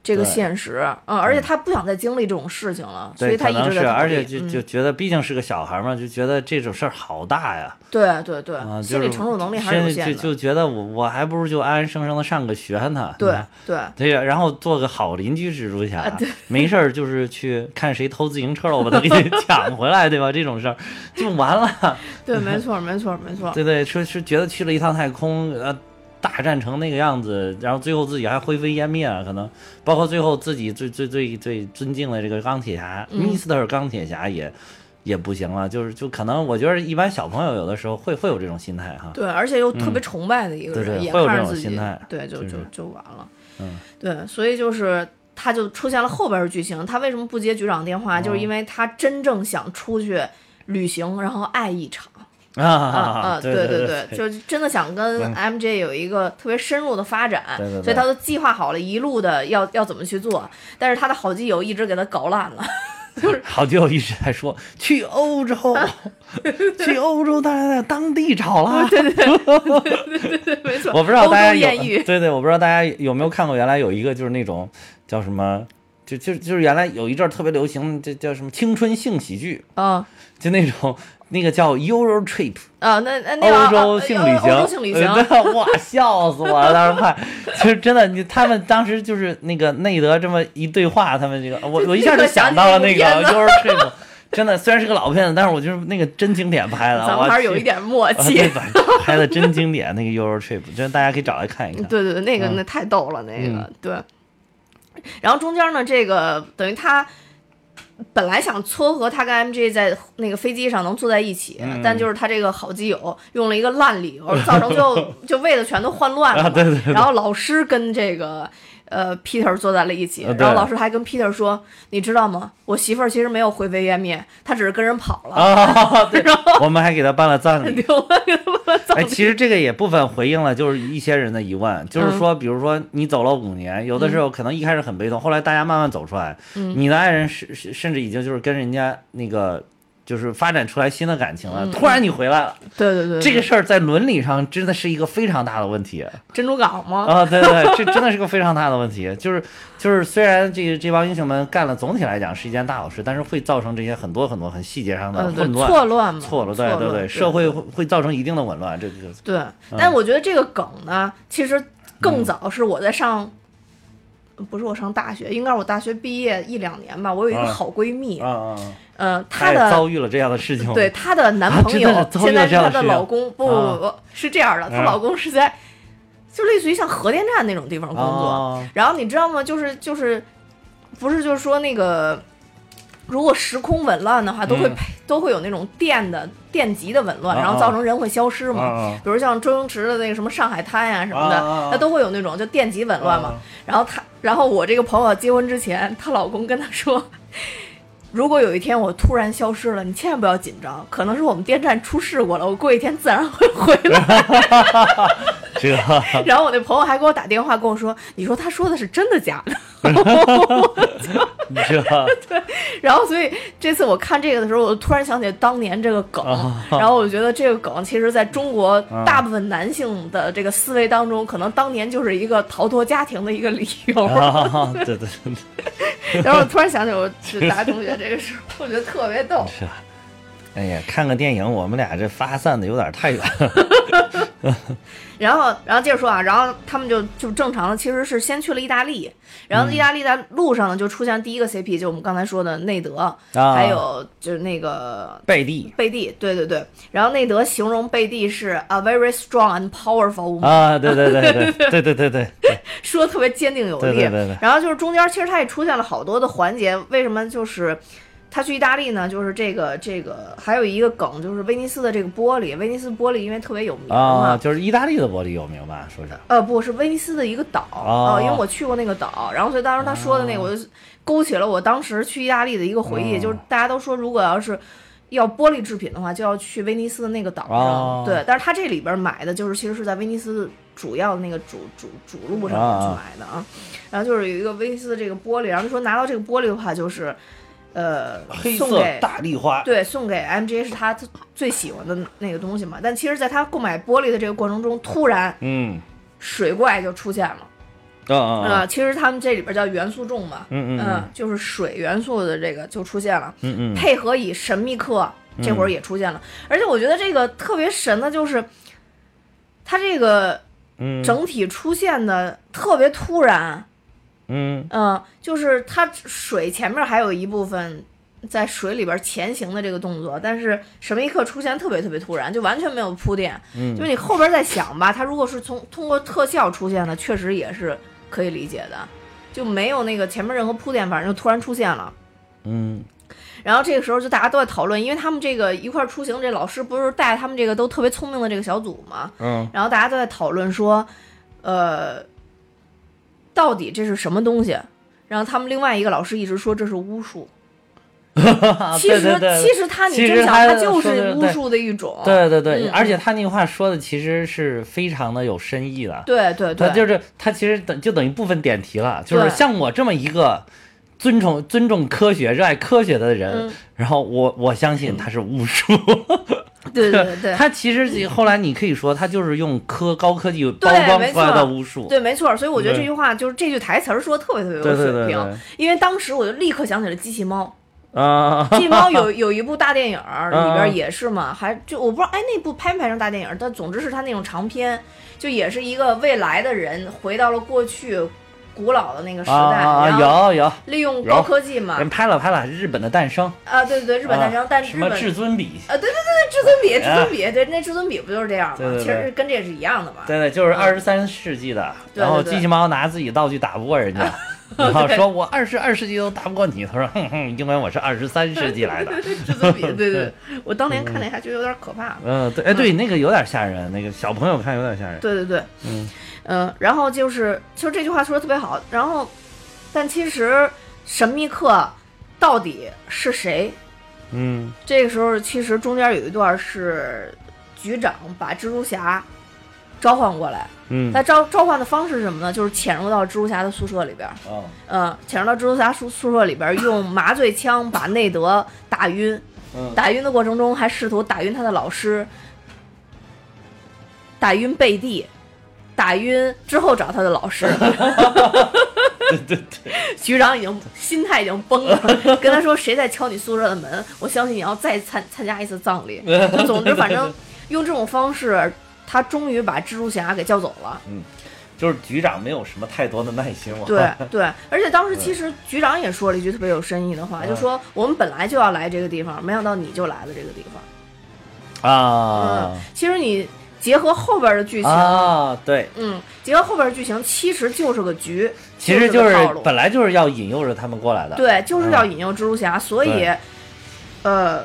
A: 这个
B: 对
A: 现实，嗯，而且他不想再经历这种事情了，所
B: 对，
A: 以他
B: 可
A: 一
B: 能
A: 直在
B: 是，
A: 逃避。
B: 而且就
A: 嗯
B: 就觉得毕竟是个小孩嘛，就觉得这种事儿好大呀，
A: 对对对，
B: 啊，就
A: 心理
B: 是
A: 承受能力还是有限
B: 就
A: 的。
B: 就觉得我我还不如就安安生生的上个学呢，
A: 对对
B: 对呀，然后做个好邻居蜘蛛侠，
A: 啊
B: 没事儿就是去看谁偷自行车了，我把他
A: [laughs]
B: 给你抢回来，对吧？这种事儿就完了，
A: 对，没错没错没错。
B: 对对，是是觉得去了一趟太空，呃，大战成那个样子，然后最后自己还灰飞烟灭啊，可能包括最后自己最最最最尊敬的这个钢铁侠、
A: 嗯
B: m r 钢铁侠也也不行了，就是就可能我觉得一般小朋友有的时候会会有这种心态哈，
A: 对，而且又特别崇拜的一个
B: 嗯对
A: 人，
B: 对
A: 也
B: 会有
A: 看
B: 这
A: 着
B: 种
A: 自己，
B: 心态
A: 对，就
B: 就
A: 就是就完了。
B: 嗯，
A: 对，所以就是他就出现了后边的剧情。他为什么不接局长电话？
B: 哦
A: 就是因为他真正想出去旅行，然后爱一场。
B: 啊
A: 啊啊，
B: 对
A: 对
B: 对
A: 对，就是真的想跟 MJ 有一个特别深入的发展，
B: 对对对
A: 所以他都计划好了一路的要要怎么去做，但是他的好基友一直给他搞烂了。 [laughs]
B: 好基友一直在说去欧洲，去欧洲，大家在当地找
A: [laughs]
B: 啦。对对
A: 没错，
B: [laughs] 我不知道大家
A: 欧洲
B: 有 [laughs]
A: 艳遇，
B: 对对，我不知道大家有没有看过，原来有一个就是那种叫什么，就就就是原来有一阵儿特别流行，这叫什么青春性喜剧，
A: 嗯
B: 就那种那个叫 Euro Trip，
A: 啊，那那那个哦
B: 欧洲性旅行，
A: 欧洲性旅行，
B: 呃 [laughs] 对哇，笑死我了！当时看，其实真的，你他们当时就是那个内德这么一对话，他们这个我我一下就想到了那个
A: 就立刻想起那
B: Your Trip，真的虽然是个老片子，但是我就是那个真经典拍的，
A: [laughs] 咱
B: 我
A: 们还是
B: 去
A: 有一点默
B: 啊
A: 契 [laughs]
B: 对。吧？拍的真经
A: 嗯 [laughs]
B: 典，那个 Euro Trip，真的大家可以找来看一看。
A: 对对对，那个
B: 嗯
A: 那太逗了，那个对。然后中间呢，这个等于他本来想撮合他跟 MJ 在那个飞机上能坐在一起，
B: 嗯
A: 但就是他这个好基友用了一个烂理
B: [laughs]
A: 由，造成就就位子全都换乱了。
B: 啊对对对
A: 然后老师跟这个呃 Peter 坐在了一起，
B: 啊对
A: 然后老师还跟 Peter 说：“你知道吗？我媳妇儿其实没有回维也灭，她只是跟人跑 [laughs] 了。
B: 啊，对，我们还给他办了葬礼。
A: 丢了给他们造
B: 哎，其实这个也部分回应了，就是一些人的疑问，
A: 嗯
B: 就是说，比如说你走了五年，有的时候可能一开始很悲痛，后来大家慢慢走出来，
A: 嗯
B: 你的爱人甚甚甚至已经就是跟人家那个就是发展出来新的感情了，突然你回来了，
A: 对嗯对对，哦
B: 这个事儿在伦理上真的是一个非常大的问题啊！
A: 珍珠港吗？
B: 对对，对这真的是个非常大的问题，就是就是虽然这这帮英雄们干了，总体来讲是一件大好事，但是会造成这些很多很多很细节上的
A: 嗯，对，
B: 混乱。
A: 错乱嘛，
B: 错了，对对对，社会嗯会会造成一定的紊乱，这个
A: 对，但我觉得这个梗呢，其实
B: 嗯
A: 更早是我在上，不是我上大学，应该是我大学毕业一两年吧。我有一个
B: 啊
A: 好闺蜜，
B: 啊啊，啊
A: 呃，
B: 她
A: 她
B: 也
A: 的
B: 遭遇了这样的事情，
A: 对，她的男
B: 啊
A: 朋
B: 真
A: 友、
B: 的是遭遇
A: 现在
B: 了
A: 是
B: 这样
A: 她
B: 的
A: 的
B: 事情
A: 老公，不不不，是这样的，她
B: 啊
A: 老公是在就类似于像核电站那种地方工作，
B: 啊，
A: 然后你知道吗？就是就是，不是就是说那个，如果时空紊乱的话，都会
B: 嗯
A: 配、都会有那种电的电极的紊乱，
B: 啊
A: 然后造成人会消失嘛。
B: 啊啊
A: 比如像周星驰的那个什么《上海滩》呀什么的，
B: 啊啊啊
A: 它都会有那种就电极紊乱嘛。
B: 啊
A: 然后她，然后我这个朋友结婚之前，她老公跟她说。 [laughs] 如果有一天我突然消失了，你千万不要紧张，可能是我们电站出事故了，我过一天自然会回来。
B: [laughs] 这个 [laughs]
A: 然后我那朋友还给我打电话跟我说：“你说他说的是真的假的？” [laughs]
B: 这个
A: 然后，所以这次我看这个的时候，我突然想起当年这个梗，
B: 啊
A: 然后我觉得这个梗其实在中国大部分男性的这个思维当中，可能当年就是一个逃脱家庭的一个理由。
B: 啊， [laughs] 对对
A: [laughs]
B: 对，
A: 然后我突然想起我就大学同学这个事儿，我觉得特别逗。
B: 是吧。哎呀，看个电影，我们俩这发散的有点太远 [laughs] 了。
A: 然后，然后接着说啊，然后他们就就正常的，其实是先去了意大利，然后意大利在路上呢就出现第一个 CP，就我们刚才说的内德，
B: 啊
A: 还有就是那个
B: 贝蒂
A: 贝蒂，对对对。然后内德形容贝蒂是 a very strong and powerful woman，、
B: 啊，对对对对
A: [laughs]
B: 对对对对对，
A: 说的特别坚定有力。
B: 对对对对
A: 然后就是中间其实他也出现了好多的环节，为什么就是？他去意大利呢，就是这个这个，还有一个梗就是威尼斯的这个玻璃，威尼斯玻璃因为特别有名嘛，
B: 啊，就是意大利的玻璃有名吧？说是
A: 呃，不是威尼斯的一个岛
B: 哦
A: 呃因为我去过那个岛，然后所以当时他说的那个，我就勾起了我当时去意大利的一个回忆，
B: 哦
A: 就是大家都说，如果要是要玻璃制品的话，就要去威尼斯的那个岛上。
B: 哦
A: 对，但是他这里边买的就是其实是在威尼斯主要的那个主主主路上
B: 啊
A: 面去买的啊，然后就是有一个威尼斯的这个玻璃，然后说拿到这个玻璃的话，就是呃
B: 黑
A: 送
B: 色
A: 给
B: 大丽花，
A: 对，送给 MJ 是他最喜欢的那个东西嘛。但其实，在他购买玻璃的这个过程中，突然
B: 嗯，
A: 水怪就出现了。
B: 啊啊
A: 啊、
B: 啊，
A: 其实他们这里边叫元素众嘛，
B: 嗯嗯嗯
A: 就是水元素的这个就出现了，
B: 嗯嗯，
A: 配合以神秘客这会儿也出现了，而且我觉得这个特别神的就是，它这个
B: 嗯
A: 整体出现的特别突然，
B: 嗯
A: 嗯、就是它水前面还有一部分。在水里边前行的这个动作，但是神秘客出现特别特别突然，就完全没有铺垫。
B: 嗯
A: 就是你后边再想吧，它如果是从通过特效出现的，确实也是可以理解的，就没有那个前面任何铺垫，反正就突然出现了。
B: 嗯
A: 然后这个时候就大家都在讨论，因为他们这个一块儿出行，这老师不是带他们这个都特别聪明的这个小组嘛，
B: 嗯
A: 然后大家都在讨论说，呃，到底这是什么东西？然后他们另外一个老师一直说这是巫
B: [laughs]
A: 术，
B: 啊
A: 其
B: 对
A: 实
B: 对对
A: 其实他你
B: 其
A: 真
B: 实
A: 想，
B: 他
A: 他就
B: 说
A: 是
B: 的
A: 巫
B: 对
A: 术的一种，
B: 对对对，
A: 嗯
B: 而且他那句话说的其实是非常的有深意的，
A: 对对
B: 他
A: 对，
B: 就是他其实等就等于部分点题了，就是
A: 对
B: 像我这么一个尊重尊重科学、热爱科学的人，
A: 嗯
B: 然后我我相信他是巫术，
A: 对对对对
B: [laughs] 。他其实后来你可以说他就是用科高科技包
A: 对
B: 装
A: 没
B: 出来的
A: 错
B: 巫术，
A: 对，没错儿，所以我觉得这
B: 对
A: 句话就是这句台词儿说的特别特别有
B: 对对
A: 水
B: 对
A: 平，
B: 对
A: 因为当时我就立刻想起了《机器猫》，
B: 啊 [laughs]
A: 《机器猫有》有一部大电影儿里边
B: 啊
A: 儿也是嘛，还就我不知道哎那部拍没拍成大电影儿，但总之是它那种长片，就也是一个未来的人回到了过去古老的那个时代，
B: 啊
A: 然后
B: 有有
A: 利用
B: 有
A: 高科技嘛
B: 人，拍了拍了日本的诞生，
A: 啊对对对，日本诞生，
B: 啊
A: 但是
B: 什
A: 日
B: 么
A: 本
B: 至尊笔。
A: 啊对对对对至尊笔至尊笔，对那至尊笔不就是这样嘛，
B: 对对对
A: 其实跟这也是一样的嘛，
B: 对对，就是
A: 嗯
B: 二十三世纪的，
A: 对
B: 然后
A: 对
B: 机
A: 对 [laughs]
B: 器猫拿自己道具打不过人家，然后说我二十二世纪都打不过你，他说 [laughs] 哼哼，因为我是二十三世纪来的。
A: 这怎么比？ [laughs] 对
B: [laughs]
A: 对，我当年看那还觉得有点可怕。
B: 嗯，对，哎，对，那个有点吓人，那个小朋友看有点吓人。
A: 对对对，
B: 嗯
A: 嗯，然后就是，其实这句话说的特别好。然后，但其实神秘客到底是谁？
B: 嗯
A: 这个时候，其实中间有一段是局长把蜘蛛侠召唤过来，
B: 嗯，
A: 那召召唤的方式是什么呢？就是潜入到蜘蛛侠的宿舍里边，
B: 哦，
A: 嗯，潜入到蜘蛛侠宿宿舍里边，用麻醉枪把内德打晕，
B: 嗯，
A: 打晕的过程中还试图打晕他的老师，打晕贝蒂，打晕之后找他的老师。
B: 对对对，
A: [laughs] 局长已经心态已经崩了，跟他说谁在敲你宿舍的门，我相信你要再参参加一次葬
B: [laughs]
A: 礼。就总之，反正用这种方式，他终于把蜘蛛侠给叫走了。
B: 就是局长没有什么太多的耐心了。 [laughs]
A: 对对，而且当时其实局长也说了一句特别有深意的话，
B: 嗯
A: 就说我们本来就要来这个地方，没想到你就来了这个地方。
B: 啊
A: 嗯，其实你结合后边的剧情，
B: 啊，对，
A: 嗯，结合后边的剧情，其实就是个局，
B: 其实
A: 就
B: 就是是
A: 个套路
B: 本来嗯就是要引诱着他们过来的。
A: 对，就是要引诱蜘蛛侠，所以，呃，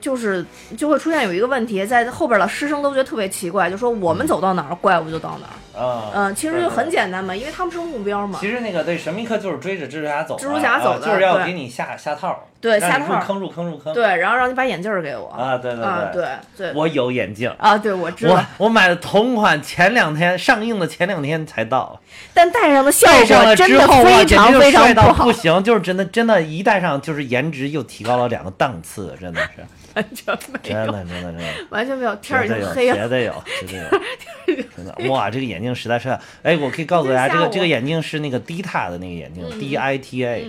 A: 就是就会出现有一个问题，在后边的师生都觉得特别奇怪，就说我
B: 嗯
A: 们走到哪儿，怪物就到哪儿。
B: 啊，
A: 嗯、其实就很简单嘛，因为他们是目标嘛。
B: 其实那个对神秘客就是追着蜘蛛侠走的，
A: 蜘蛛侠走
B: 啊
A: 的
B: 就是要
A: 对
B: 给你下下套，
A: 对
B: 让你
A: 下套
B: 入坑入坑入坑。
A: 对，然后让你把眼镜儿给我。
B: 啊，对对
A: 啊，
B: 对，
A: 对对，
B: 我有眼镜，
A: 啊，对，我知道
B: 我，我买的同款，前两天上映的前两天才到，
A: 但戴上的效
B: 戴上
A: 果
B: 了
A: 真
B: 之
A: 的
B: 后
A: 非
B: 我简
A: 常
B: 直就
A: 非常
B: 帅到
A: 好
B: 不，行，就是真的真的，一戴上就是颜值又提高了两个档次，真的是，
A: [laughs] 完全没
B: 真
A: 有，
B: 的真的真的，
A: 完全没有，哎天儿
B: 绝
A: 已
B: 对
A: 经
B: 有，
A: 黑
B: 绝
A: 了。
B: 对有，绝对有，
A: [laughs]
B: 真的，哇，这个眼镜实在是，哎，我可以告诉大家，
A: 真
B: 这
A: 吓
B: 个
A: 我
B: 这个眼镜是那个 DTA 的那个眼镜
A: 嗯
B: ，D I T A。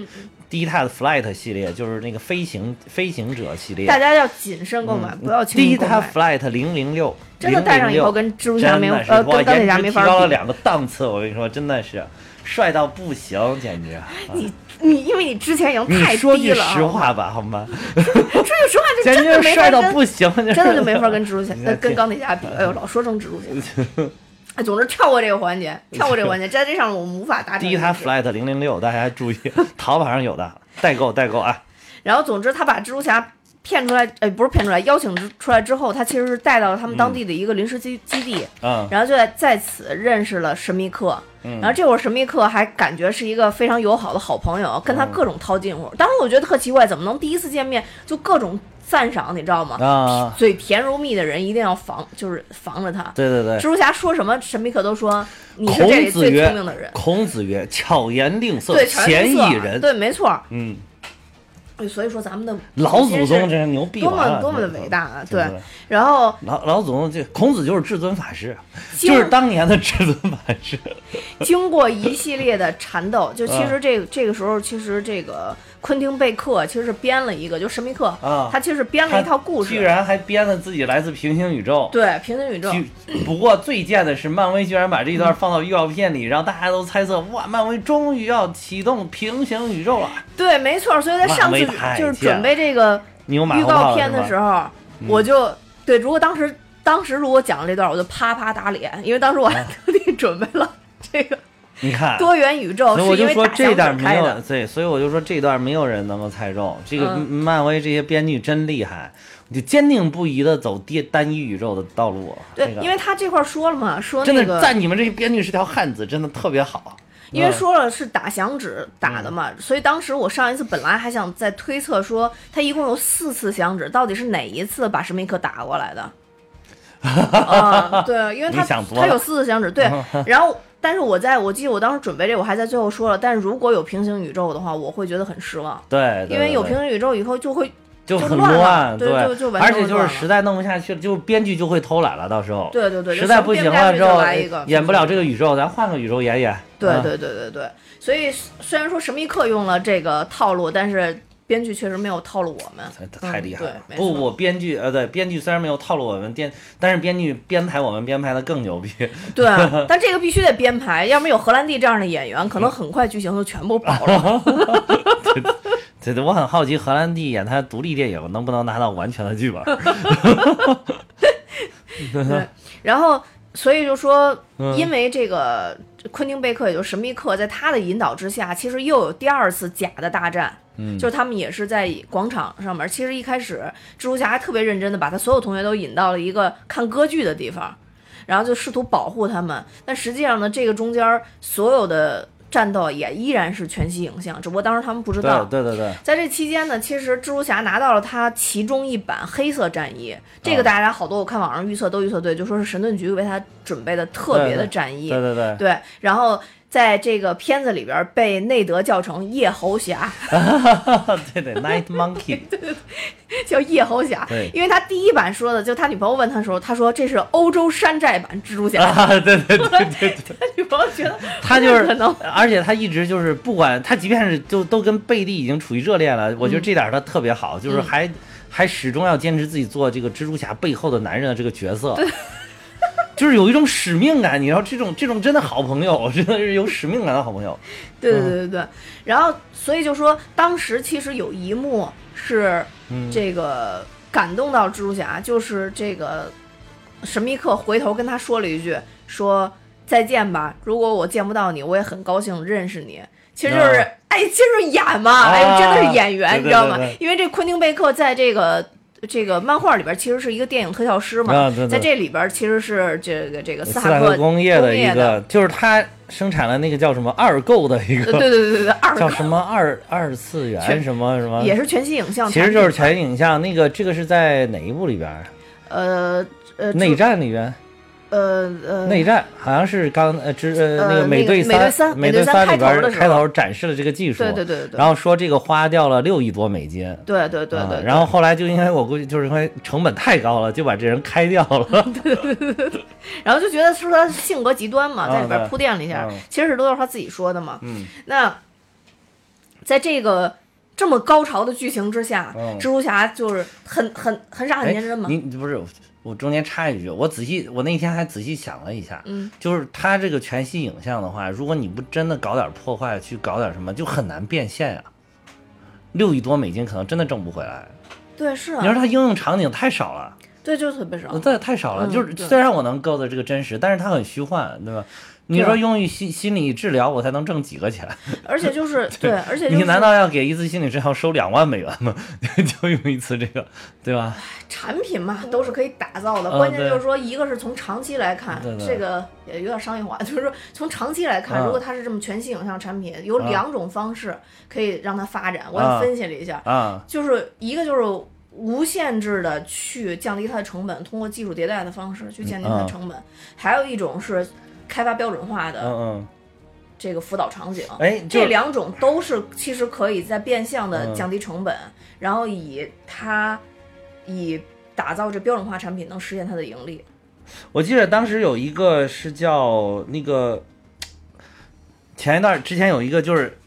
B: D t a 的 Flight 系列就是那个飞行飞行者系列，
A: 大家要谨慎购
B: 嗯
A: 买，不要轻
B: D
A: 易
B: t
A: 购
B: a
A: 买。
B: Flight 零零六，
A: 真的戴上以后跟蜘蛛侠没有
B: 真的是
A: 呃
B: 哇
A: 跟钢铁侠没法
B: 颜值提高了
A: 比
B: 两个档次，我跟你说，真的是帅到不行，简直。
A: 你你因为你之前已经
B: [laughs] 你
A: 太
B: 说
A: 低
B: 句
A: 了啊，
B: 实话吧，好吗？
A: 说句实话，就
B: 简
A: 真的
B: 直
A: 没
B: 帅
A: 法
B: 到
A: 跟
B: 不行，真
A: 真的就没法
B: [laughs]
A: 跟蜘蛛侠
B: 你、看
A: 呃跟
B: 这
A: 钢铁侠比。哎呦，老说成蜘蛛侠。哎总之跳过这个环节，跳过这个环节，在这上我们无法达成
B: D
A: 一 [laughs]
B: t a
A: 致。
B: Flight 零零六，大家注意，淘宝上有的，代购代购啊。
A: 然后，总之他把蜘蛛侠骗出来，哎，不是骗出来，邀请之出来之后，他其实是带到了他们当地的一个临时基基地，
B: 嗯，
A: 然后就在在此认识了神秘客。然后这会儿神秘客还感觉是一个非常友好的好朋友，跟他各种套近乎。
B: 嗯
A: 当时我觉得特奇怪，怎么能第一次见面就各种赞赏，你知道吗？
B: 啊，
A: 嘴甜如蜜的人一定要防，就是防着他。
B: 对对
A: 蜘
B: 对。
A: 蛛侠说什么，神秘客都说你是
B: 孔
A: 这里
B: 子
A: 最
B: 曰
A: 聪明的人：“，
B: 孔子曰，巧言令色
A: 对，，
B: 鲜
A: 色
B: 矣仁。”
A: 对，没错。
B: 嗯，
A: 哎所以说咱们的
B: 老祖
A: 先
B: 宗
A: 生
B: 真是牛逼
A: 多
B: 完
A: 么
B: 了，
A: 多么的
B: 真
A: 伟大啊！
B: 真
A: 对
B: 的，
A: 然后
B: 老老祖宗就孔子就是至尊法师，
A: 经
B: 就是当年的至尊法师。 [laughs]
A: 经过一系列的缠斗，就其
B: 嗯
A: 实这个这个时候，其实这个昆汀贝克其实是编了一个，就神秘客
B: 啊，
A: 他其实是编了一套故
B: 居
A: 事，
B: 然还编了自己来自平行宇宙。
A: 对平行宇宙，
B: 居不过最贱的是，漫威居然把这一段放到预告片里，让大家都猜测哇，漫威终于要启动平行宇宙了。
A: 对，没错。所以在上次
B: 漫威太
A: 就是
B: 贱
A: 准
B: 了
A: 备这个
B: 你有马
A: 预
B: 后炮
A: 告
B: 了
A: 片的
B: 是嗯
A: 时
B: 吗
A: 候，我就对，如果当时当时如果讲了这段，我就啪啪打脸，因为当时我还
B: 啊
A: 特地准备了这个
B: 你看，
A: 多元宇宙，
B: 所以我
A: 是因
B: 就
A: 为
B: 说
A: 打
B: 这
A: 响
B: 段
A: 指
B: 没
A: 开
B: 有
A: 的。
B: 对，所以我就说这段没有人能够猜中。这个
A: 嗯
B: 漫威这些编剧真厉害，就坚定不移的走单单一宇宙的道路。
A: 对
B: 这，个
A: 因为他这块说了嘛，说
B: 真
A: 那
B: 的
A: 个，
B: 赞你们这些编剧是条汉子，真的特别好。
A: 因为
B: 嗯
A: 说了是打响指打的嘛，所以当时我上一次本来还想再推测说，他一共有四次响指，到底是哪一次把神秘客打过来
B: [laughs]
A: 的？啊，对，因为他
B: 你想多
A: 他
B: 了
A: 有四次响指，
B: [laughs]
A: 对，然后。但是我在我记得我当时准备这个，我还在最后说了，但是如果有平行宇宙的话，我会觉得很失望。
B: 对，对
A: 因为
B: 对
A: 有
B: 对
A: 平行宇宙以后就会
B: 就
A: 就
B: 很
A: 乱了对
B: 对，
A: 就就完
B: 而
A: 全
B: 且就
A: 乱
B: 是
A: 了
B: 实在弄不下去了，就是编剧就会偷懒了，到时候，
A: 对对对，就
B: 实在
A: 什么
B: 不
A: 编
B: 行
A: 不下
B: 了
A: 去
B: 之
A: 就
B: 后
A: 来一个，
B: 演不了这个宇宙，咱换个宇宙演演。
A: 对
B: 嗯，
A: 对对对对，所以虽然说神秘客用了这个套路，但是编剧确实没有套路我们，
B: 太太厉
A: 嗯
B: 害了！
A: 对没
B: 不，
A: 错
B: 我编剧呃，对，编剧虽然没有套路我们编，但是编剧编排我们编排的更牛逼。
A: 对
B: [laughs]
A: 啊，但这个必须得编排，要么有荷兰弟这样的演员，
B: 嗯
A: 可能很快剧情就全部跑了。
B: [laughs] 对对，我很好奇荷兰弟演他独立电影能不能拿到完全的剧本。
A: 对，然后所以就说，
B: 嗯
A: 因为这个昆汀贝克，也就是神秘客，在他的引导之下，其实又有第二次假的大战。
B: 嗯，
A: 就是他们也是在广场上面。其实一开始，蜘蛛侠还特别认真的把他所有同学都引到了一个看歌剧的地方，然后就试图保护他们。但实际上呢，这个中间所有的战斗也依然是全息影像，只不过当时他们不知道
B: 对。对对对，
A: 在这期间呢，其实蜘蛛侠拿到了他其中一版黑色战衣，这
B: 啊
A: 个大家好多我看网上预测都预测对，就说是神盾局为他准备的特别的战衣。
B: 对对对，
A: 对，然后在这个片子里边儿被内德叫成夜猴侠， [laughs]
B: 对对 Night Monkey，
A: 叫夜猴侠
B: 对，
A: 因为他第一版说的，就他女朋友问他的时候，他说这是欧洲山寨版蜘蛛
B: [laughs]
A: 侠，
B: 啊，对对对对对，
A: 他女朋友觉得
B: 他就
A: 不
B: 是
A: 可能，
B: 而且他一直就是不管他，即便是就都跟贝蒂已经处于热恋了，
A: 嗯
B: 我觉得这点儿他特别好，就是还还始终要坚持自己做这个蜘蛛侠背后的男人的这个角色。 [laughs] 就是有一种使命感，你知道这种这种真的好朋友，真的是有使命感的好朋友。
A: 对对对对对，然后所以就说当时其实有一幕是
B: 嗯，
A: 这个感动到蜘蛛侠，就是这个神秘客回头跟他说了一句，说再见吧，如果我见不到你，我也很高兴认识你。其实就是
B: 啊，
A: 哎，其实就是演嘛，哎呦，
B: 啊
A: 真的是演员，
B: 对对
A: 你知道吗
B: 对对？
A: 因为这昆汀贝克在这个这个漫画里边其实是一个电影特效师嘛
B: 啊对对，
A: 在这里边其实是这个这个斯
B: 斯
A: 塔
B: 坦
A: 克
B: 克工业
A: 的
B: 的一个，就是他生产了那个叫什么二购的一
A: 呃，对
B: [laughs] 个，
A: 对对对对，二
B: 叫什么二二次元
A: 全
B: 什么什么，
A: 也是全息影像
B: 其
A: 产品，
B: 实就是全影像。那个这个是在哪一部里边儿？
A: 呃呃
B: 内战里边。
A: 呃呃
B: 内战好像是刚呃之呃
A: 呃
B: 那个
A: 那
B: 美
A: 个
B: 队
A: 美队三美
B: 美
A: 队三
B: 三
A: 开
B: 里边
A: 头的
B: 儿
A: 时
B: 开
A: 候
B: 头展示了这个技术，
A: 对对对对对，
B: 然后说这个花掉了六亿多美金，
A: 对对对对
B: 啊，，然后后来就因为我估计就是因为成本太高了，就把这人开
A: [laughs]
B: 掉了，
A: 然后就觉得说他性格极端嘛，
B: 嗯
A: 在里边铺垫了一下
B: 嗯，
A: 其实都是他自己说的嘛。
B: 嗯，
A: 那在这个这么高潮的剧情之下，
B: 嗯
A: 蜘蛛侠就是很很很傻很
B: 哎
A: 天真嘛。
B: [laughs] 你不是我中间插一句，我仔细我那天还仔细想了一下，
A: 嗯，
B: 就是他这个全息影像的话，如果你不真的搞点破坏，去搞点什么，就很难变现呀、六亿多美金可能真的挣不回来。
A: 对，是
B: 你说
A: 啊，
B: 它应用场景太少了，
A: 对，就是特别少。
B: 这太少了。
A: 嗯
B: 就是
A: 对
B: 虽然我能构的这个真实，但是它很虚幻，对吧？你说
A: 对
B: 用于心心理治疗，我才能挣几个钱？
A: 而且
B: [laughs]
A: 就是对，而且就
B: 你
A: 是
B: 难道要给一次心理治疗收两万美元吗？ [laughs] 就用一次这个，对吧？
A: 产品嘛，都是可以打造的。
B: 嗯
A: 关键
B: 对
A: 就是说，一个是从长期来看
B: 对，对
A: 这个也有点商业化， [laughs] 就是说从长期来看，
B: 嗯
A: 如果它是这么全息影像产品，有
B: 嗯
A: 两种方式可以让它发展。我也
B: 嗯
A: 分析了一下，
B: 啊，
A: 就是一个就是无限制的去降低它的成本，通过技术迭代的方式去降低它的
B: 啊
A: 成本；还有一种是开发标准化
B: 嗯
A: 的
B: 嗯，
A: 这个辅导场景。
B: 哎，就
A: 这两种都是其实可以在变相的
B: 嗯
A: 降低成本，然后以它以打造这标准化产品能实现它的盈利。
B: 我记得当时有一个是叫那个，前一段之前有一个就是，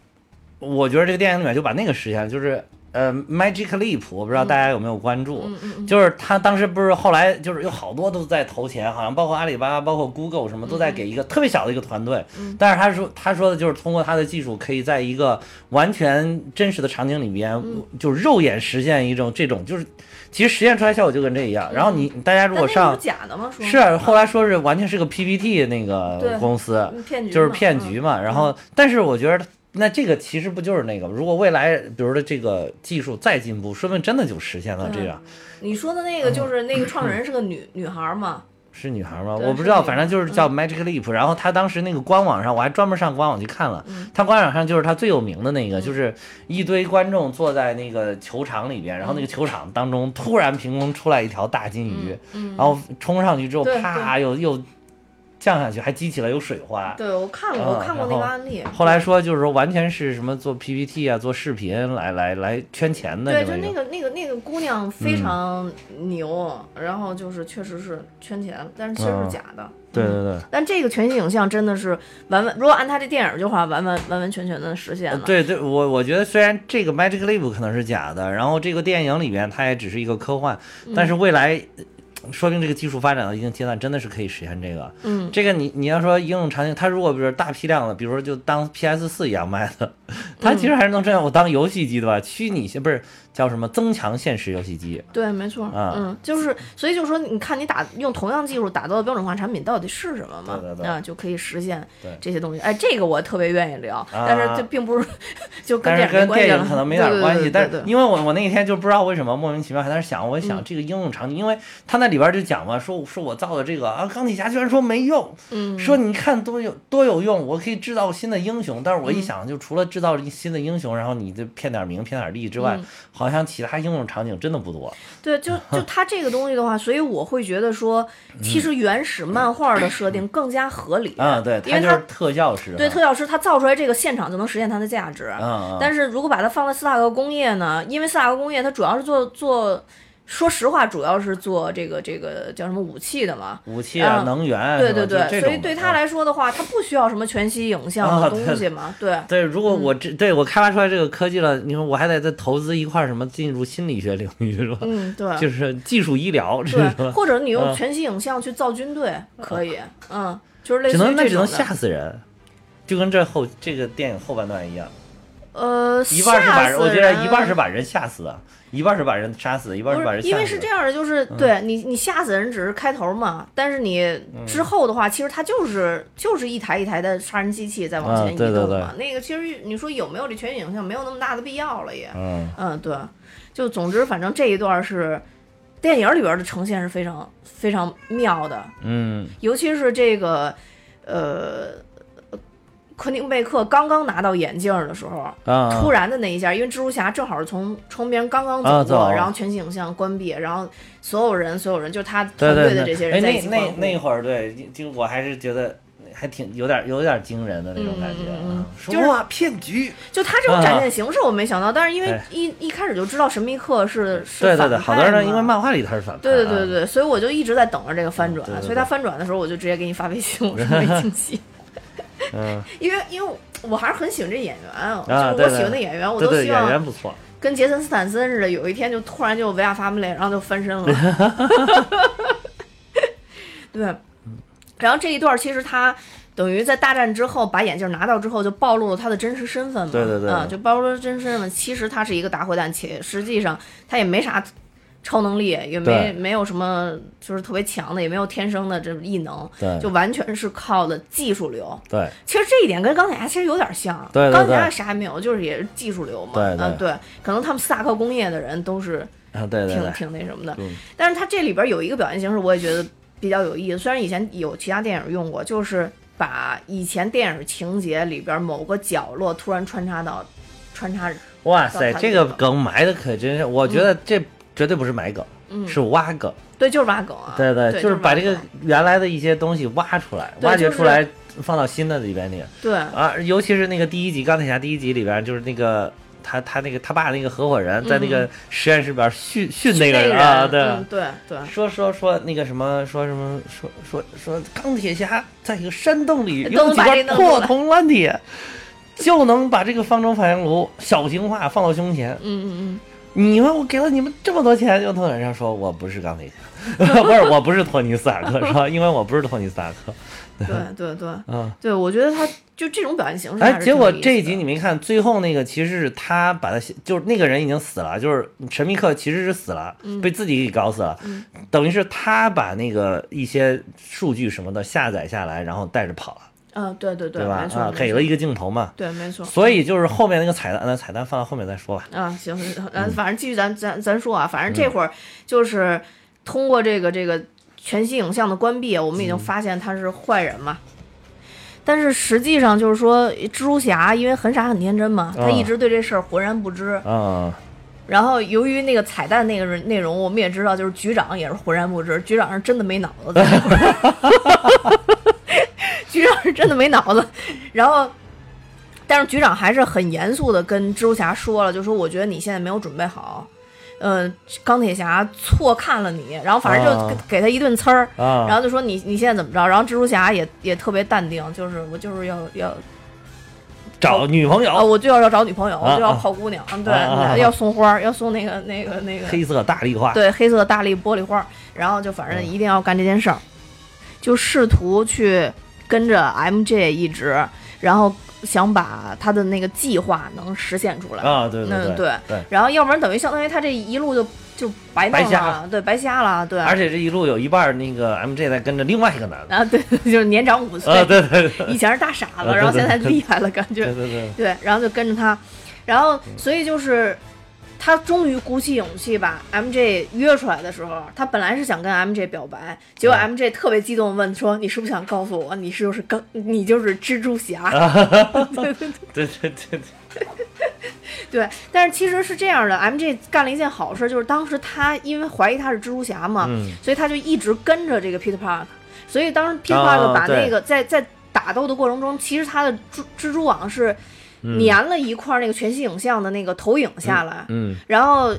B: 我觉得这个电影里面就把那个实现了，就是呃，Magic Leap，我不知道大家有没有关注，
A: 嗯嗯嗯，
B: 就是他当时不是后来就是有好多都在投钱，好像包括阿里巴巴、包括 Google 什么都在给一个特别小的一个团队，
A: 嗯
B: 但是他说他说的就是通过他的技术，可以在一个完全真实的场景里边，
A: 嗯
B: 就是肉眼实现一种这种就是，其实实现出来效果就跟这一样。然后你大家如
A: 但嗯那
B: 果
A: 个
B: 上
A: 是假的吗？说
B: 是啊后来说是完全是个 PPT 那
A: 对
B: 个公司，
A: 嗯骗局嘛，
B: 就是骗局
A: 嗯。
B: 嘛。然后，但是我觉得那这个其实不就是那个吗？如果未来比如说这个技术再进步，说不定真的就实现了
A: 嗯
B: 这样。
A: 你说的
B: 嗯
A: 那个就是那个创始人是个
B: [laughs]
A: 女女孩嘛？
B: 是女孩吗？
A: 对
B: 我不
A: 是
B: 知道，
A: 女嗯
B: 反正就是叫 Magic Leap、然后他当时那个官网上，我还专门上官网去看了。他官网上就是他最有名的那
A: 嗯
B: 个，就是一堆观众坐在那个球场里
A: 嗯
B: 边，然后那个球场当中突然凭空出来一条大金鱼，然后冲上去之后，
A: 嗯对
B: 啪又又降下去，还激起了有水花。
A: 对，我看过，
B: 嗯
A: 我看过那
B: 然
A: 个
B: 后
A: 案例。
B: 后来说就是说完全是什么做 PPT 啊，做视频来来来圈钱的
A: 对，
B: 这
A: 就
B: 么
A: 那
B: 一个。
A: 个嗯那个那个姑娘非常牛，然后就是确实是圈钱，但是其实是
B: 嗯
A: 假的。
B: 对对对。
A: 但这个全息影像真的是完完，如果按他这电影的话，完完完完全全的实现了。
B: 呃对对，我我觉得虽然这个 Magic Leap 可能是假的，然后这个电影里面它也只是一个科幻，
A: 嗯
B: 但是未来。呃说不定这个技术发展到一定阶段，真的是可以实现这个。
A: 嗯，
B: 这个你你要说应用场景，它如果比如大批量的，
A: 嗯
B: 比如说就当 PS 四一样卖的，它其实还是能这样，我当游戏机的吧？虚拟性不是叫什么增强现实游戏机。
A: 对，没错，
B: 啊
A: 嗯，就是，所以就说，你看你打用同样技术打造的标准化产品到底是什么嘛？
B: 对对对
A: 啊，就可以实现
B: 对啊
A: 这些东西。哎，这个我特别愿意聊，但是这并不是就跟
B: 但
A: 电
B: 是
A: 影没
B: 跟
A: 关系
B: 电
A: 了，
B: 影
A: [laughs]
B: 可能没点儿关系，
A: 对对对
B: 但
A: 对对
B: 是因为我我那天就不知道为什么莫名其妙还在那儿想，我一想
A: 嗯
B: 这个应用场景，因为他那里边就讲嘛，说说我造的这个啊，钢铁侠居然说没用，
A: 嗯，
B: 说你看多有多有用，我可以制造新的英雄，但是
A: 嗯
B: 我一想，就除了制造新的英雄，然后你就骗点名骗点利之外，
A: 嗯
B: 好像其他应用场景真的不多。
A: 对，就就它这个东西的话，所以我会觉得说，
B: 嗯
A: 其实原始漫画的设定更加合理
B: 啊，对，
A: 因为
B: 它就
A: 它
B: 是特效师，
A: 对，特效师他造出来这个现场就能实现它的价值。
B: 嗯嗯
A: 但是如果把它放在四大哥工业呢？因为四大哥工业它主要是做做，说实话主要是做这个这个叫什么武器的嘛。
B: 武器啊，
A: 嗯
B: 能源啊，
A: 对
B: 是吧
A: 对对，
B: 就这
A: 所以
B: 种
A: 对
B: 的
A: 他
B: 嗯
A: 来说的话，他不需要什么全息影像的
B: 啊
A: 东
B: 对
A: 西嘛。对，
B: [laughs] 对，如
A: 嗯
B: 果我这对我开发出来这个科技了，你说我还得再投资一块儿什么进入心理学领域是吧？
A: 嗯，对。
B: 就是技术医疗，这是
A: 对，
B: 吧？
A: 或者你用
B: 嗯
A: 全息影像去造军队，可以，嗯，就是类似
B: 只
A: 于
B: 能那
A: 这
B: 只能
A: 种
B: 吓
A: 的。
B: 死人，就跟这后这个电影后半段一样，
A: 呃，
B: 一半是把
A: 吓
B: 人，
A: 死
B: 我觉得一
A: 人
B: 半是把人吓死的，一半是把人杀死的，一半
A: 不
B: 把
A: 是，
B: 人吓死
A: 因
B: 的。嗯
A: 为是这样的，就是对你，你吓死人只是开头嘛，但是你
B: 嗯
A: 之后的话，其实它就是就是一台一台的杀人机器在往
B: 啊
A: 前移
B: 对对
A: 动
B: 对
A: 嘛。那个其实你说有没有这全影像，没有那么大的必要了也。
B: 嗯，
A: 嗯，对，就总之反正这一段是电影里边的呈现是非常非常妙的，
B: 嗯
A: 尤其是这个呃。昆汀贝克刚刚拿到眼镜儿的时候，
B: 啊，
A: 突然的那一下，因为蜘蛛侠正好是从窗边刚刚
B: 啊
A: 走过，
B: 走
A: 然后全景影像关闭，然后所有人，所有人就是他团
B: 对
A: 队
B: 对
A: 的
B: 对，
A: 这些
B: 哎，
A: 人在一起
B: 那
A: 欢
B: 那
A: 呼
B: 那会儿，对，就就我还是觉得还挺有点有点惊人的那种感觉，
A: 嗯嗯嗯
B: 嗯说
A: 就是
B: 哇骗局，
A: 就他这种展现形式我没想到，但是因为
B: 啊哎
A: 一一开始就知道神秘客是是
B: 对对
A: 反
B: 对，
A: 派
B: 好多人
A: 嘛
B: 呢因为漫画里他是反派啊，
A: 对对对对，所以我就一直在等着这个翻转，啊
B: 对对对
A: 所以他翻转的时候我就直接给你发微信，我
B: [laughs]
A: 说没惊喜，
B: 嗯，
A: [laughs] 因为因为我还是很喜欢这演员，
B: 啊
A: 就是
B: 对
A: 我
B: 对
A: 喜欢的演员，我
B: 对
A: 都
B: 对
A: 希望
B: 演员不错，
A: 跟杰森斯坦森似的，有一天就突然就维亚 family，然后就翻身了。 [laughs] 对，然后这一段其实他等于在大战之后把眼镜拿到之后，就暴露了他的真实身份嘛。
B: 对对对
A: 嗯，就暴露了真实身份。其实他是一个大坏蛋，且实际上他也没啥超能力，也没
B: 对
A: 没有什么就是特别强的，也没有天生的这种异能，
B: 对
A: 就完全是靠的技术流。
B: 对
A: 其实这一点跟钢铁侠其实有点像，
B: 对对
A: 钢铁侠
B: 对
A: 啥也没有，就是也是技术流嘛，
B: 对对
A: 嗯对，可能他们斯塔克工业的人都是
B: 啊对对
A: 挺
B: 对，
A: 挺那什么的，
B: 嗯
A: 但是他这里边有一个表现形式，我也觉得比较有意思，虽然以前有其他电影用过，就是把以前电影情节里边某个角落突然穿插到穿插，
B: 哇
A: 到
B: 塞，
A: 他
B: 这
A: 这
B: 个
A: 个
B: 梗埋的可真是，我觉得这绝对不是埋梗，
A: 嗯
B: 是挖梗，
A: 对，就是挖梗啊，
B: 对
A: 对，
B: 对，就是把这
A: 挖
B: 个
A: 梗
B: 原来的一些东西挖出来，
A: 对
B: 挖掘
A: 就是
B: 出来放到新的里边去
A: 对。
B: 啊，尤其是那个第一集钢铁侠第一集里边，就是那个。他他那个他爸那个合伙人
A: 嗯
B: 在那个实验室里边训训那个
A: 人
B: 人啊，对，
A: 嗯对
B: [laughs]
A: 对，
B: 说说说那个什么，说什么说说说钢铁侠在一个山洞里
A: 都能
B: 用几
A: 把这
B: 块
A: 弄出来
B: 破铜烂铁，就能把这个方舟反应炉小型化放到胸前。
A: 嗯嗯
B: 你们我给了你们这么多钱，就能人家说我不是钢铁侠， [laughs] 不是我不是托尼斯塔克，是吧？因为我不是托尼斯塔克。
A: 嗯，对对
B: [laughs]
A: 对
B: 嗯，
A: 对，我觉得他就这种表现形式还
B: 哎，
A: 是挺有意思的，
B: 结果这一集你没看，最后那个其实是他把他就是那个人已经死了，就是神秘客其实是死了，
A: 嗯
B: 被自己给搞死了，等于是他把那个一些数据什么的下载下来，然后带着跑了，
A: 嗯，对对对，
B: 对吧
A: 没？错
B: 啊，，
A: 没
B: 给
A: 错
B: 了一个镜头嘛，
A: 对，没错。
B: 所以就是后面那个彩蛋，那彩蛋放到后面再说吧。
A: 啊，行，
B: 嗯
A: 呃，反正继续咱咱咱说啊，反正这会儿就是通过这个这个全息影像的关闭，我们已
B: 嗯
A: 经发现他是坏人嘛。但是实际上就是说，蜘蛛侠因为很傻很天真嘛，他
B: 啊
A: 一直对这事儿浑然不知。
B: 嗯，
A: 然后由于那个彩蛋那个人内容，我们也知道，就是局长也是浑然不知，局长是真的没脑子，局长是真的没脑子。然后，但是局长还是很严肃的跟蜘蛛侠说了，就说我觉得你现在没有准备好，呃，钢铁侠错看了你，然后反正就给
B: 啊
A: 给他一顿呲儿。
B: 啊，
A: 然后就说你你现在怎么着？然后蜘蛛侠也也特别淡定，就是我就是要要
B: 找女朋
A: 啊，
B: 友，
A: 我就要要找女朋友，
B: 啊
A: 我就要
B: 啊
A: 泡姑娘，嗯
B: 啊啊啊
A: 对，要送花儿，要送那个那个那个
B: 黑色大丽花，
A: 对，黑色大力玻璃花儿，然后就反
B: 嗯
A: 正一定要干这件事儿，就试图去跟着 MJ 一直，然后想把他的那个计划能实现出来。
B: 啊，对对
A: 嗯，
B: 对
A: 对，然后要不然等于相当于他这一路就就白弄
B: 白瞎
A: 了，对，白瞎了，对，
B: 而且这一路有一半儿那个 MJ 在跟着另外一个男的，
A: 啊，对， [laughs] 就是年长五岁，
B: 啊，对对对
A: 以前是大傻子，
B: 对
A: 然后
B: 对
A: 现在厉害了，感觉
B: 对对对，
A: 对，然后就跟着他，然后
B: 嗯
A: 所以就是他终于鼓起勇气把 MJ 约出来的时候，他本来是想跟 MJ 表白，结
B: 嗯
A: 果 MJ 特别激动地问说：“你是不是想告诉我你是就是跟 [laughs] 你就是蜘蛛侠
B: 啊对对对对，？”
A: 对，但是其实是这样的，MJ 干了一件好事，就是当时他因为怀疑他是蜘蛛侠嘛，
B: 嗯，
A: 所以他就一直跟着这个 Peter Park，所以当时 Peter
B: 啊
A: Park 把
B: 对
A: 那个、在在打斗的过程中，其实他的蜘蜘蛛网是
B: 嗯
A: 粘了一块那个全息影像的那个投影下来，
B: 嗯
A: 然后。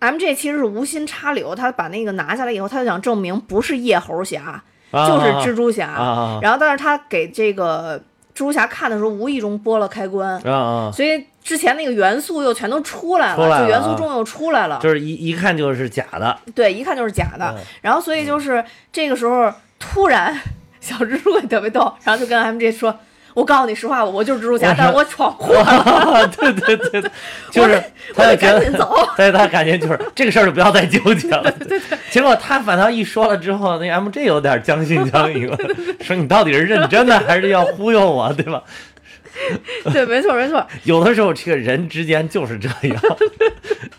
A: MJ 其实是无心插柳，他把那个拿下来以后，他就想证明不是夜猴侠，
B: 啊
A: 就是
B: 啊
A: 蜘蛛侠。
B: 啊啊
A: 然后，但是他给这个蜘蛛侠看的时候，无意中拨了开关，
B: 啊啊
A: 所以之前那个元素又全都出来了，
B: 出来了
A: 就元素
B: 啊
A: 中又出来了
B: 啊，。就是一一看就是假 [laughs] 的，
A: 对，一看就是假的。
B: 嗯
A: 然后所以就是这个时候突然小蜘蛛也特别逗，然后就跟 MJ 说：“我告诉你实话，我就是蜘蛛侠，但是我闯祸了，
B: 对对对对，就是
A: 我
B: 他
A: 得
B: 就觉
A: 赶紧
B: 得，
A: 走。
B: [laughs] 对他感觉就是这个事儿就不要再纠结了，对对，结果他反倒一说了之后，那 MJ 有点将信将疑了，说你到底是认真的还是要忽悠我，对 [laughs] 吧？”
A: 对，没错没错，
B: 有的时候这个人之间就是这 [laughs] 样，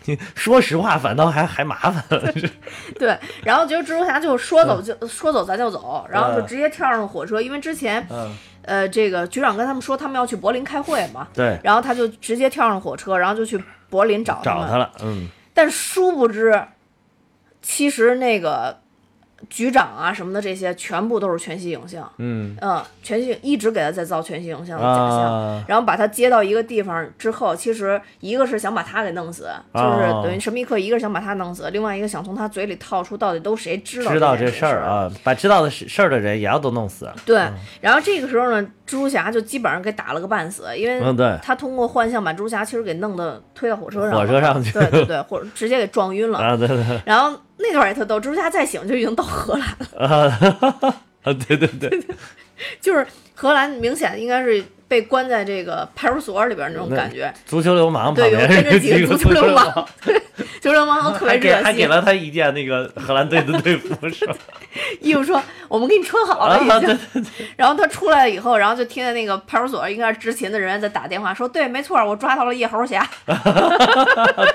B: 你说实话反倒还还麻烦了，是
A: [laughs] 对。然后觉得蜘蛛侠就说走就、说走咱就走，然后就
B: 嗯
A: 直接跳上了火车，因为之前
B: 嗯，
A: 呃这个局长跟他们说他们要去柏林开会嘛，
B: [laughs] 对，
A: 然后他就直接跳上火车，然后就去柏林找他
B: 找
A: 们。
B: 他了，嗯，
A: 但殊不知，其实那个局长啊什么的这些全部都是全息影像，
B: 嗯
A: 嗯，全息一直给他在造全息影像的假象。
B: 啊，
A: 然后把他接到一个地方之后，其实一个是想把他给弄死，就是
B: 哦
A: 等于神秘客，一个是想把他弄死，另外一个想从他嘴里套出到底都谁知道
B: 知道
A: 这
B: 这
A: 件
B: 事儿。啊，嗯把知道的事事儿的人也要都弄死，
A: 对，然后这个时候呢，蜘蛛侠就基本上给打了个半死，因为
B: 嗯，对，
A: 他通过幻象把蜘蛛侠其实给弄的推到火车上了，
B: 火车上去，
A: 对对对，或者直接给撞晕了。
B: 啊，对对
A: 然后那段也特逗，蜘蛛侠再醒就已经到荷兰了，
B: 啊， [laughs] 对对对，
A: 就是荷兰明显应该是被关在这个派出所里边那种感觉，
B: 足球流氓旁
A: 对，有
B: 边
A: 跟着
B: 是
A: 几个足球
B: 球
A: 流
B: 氓
A: 氓，，足球流氓特别
B: 嗯还给
A: 热
B: 还给
A: 心，
B: 了他一件那个荷兰队的队服
A: [laughs]
B: 是吧？
A: 衣服说我们给你穿好
B: 啊，
A: 了哦已
B: 对
A: 经。
B: 对
A: 然后他出来以后，然后就听见那个派出所应该是执勤的人员在打电话说，对，没错，我抓到了夜猴侠。 [laughs]
B: 啊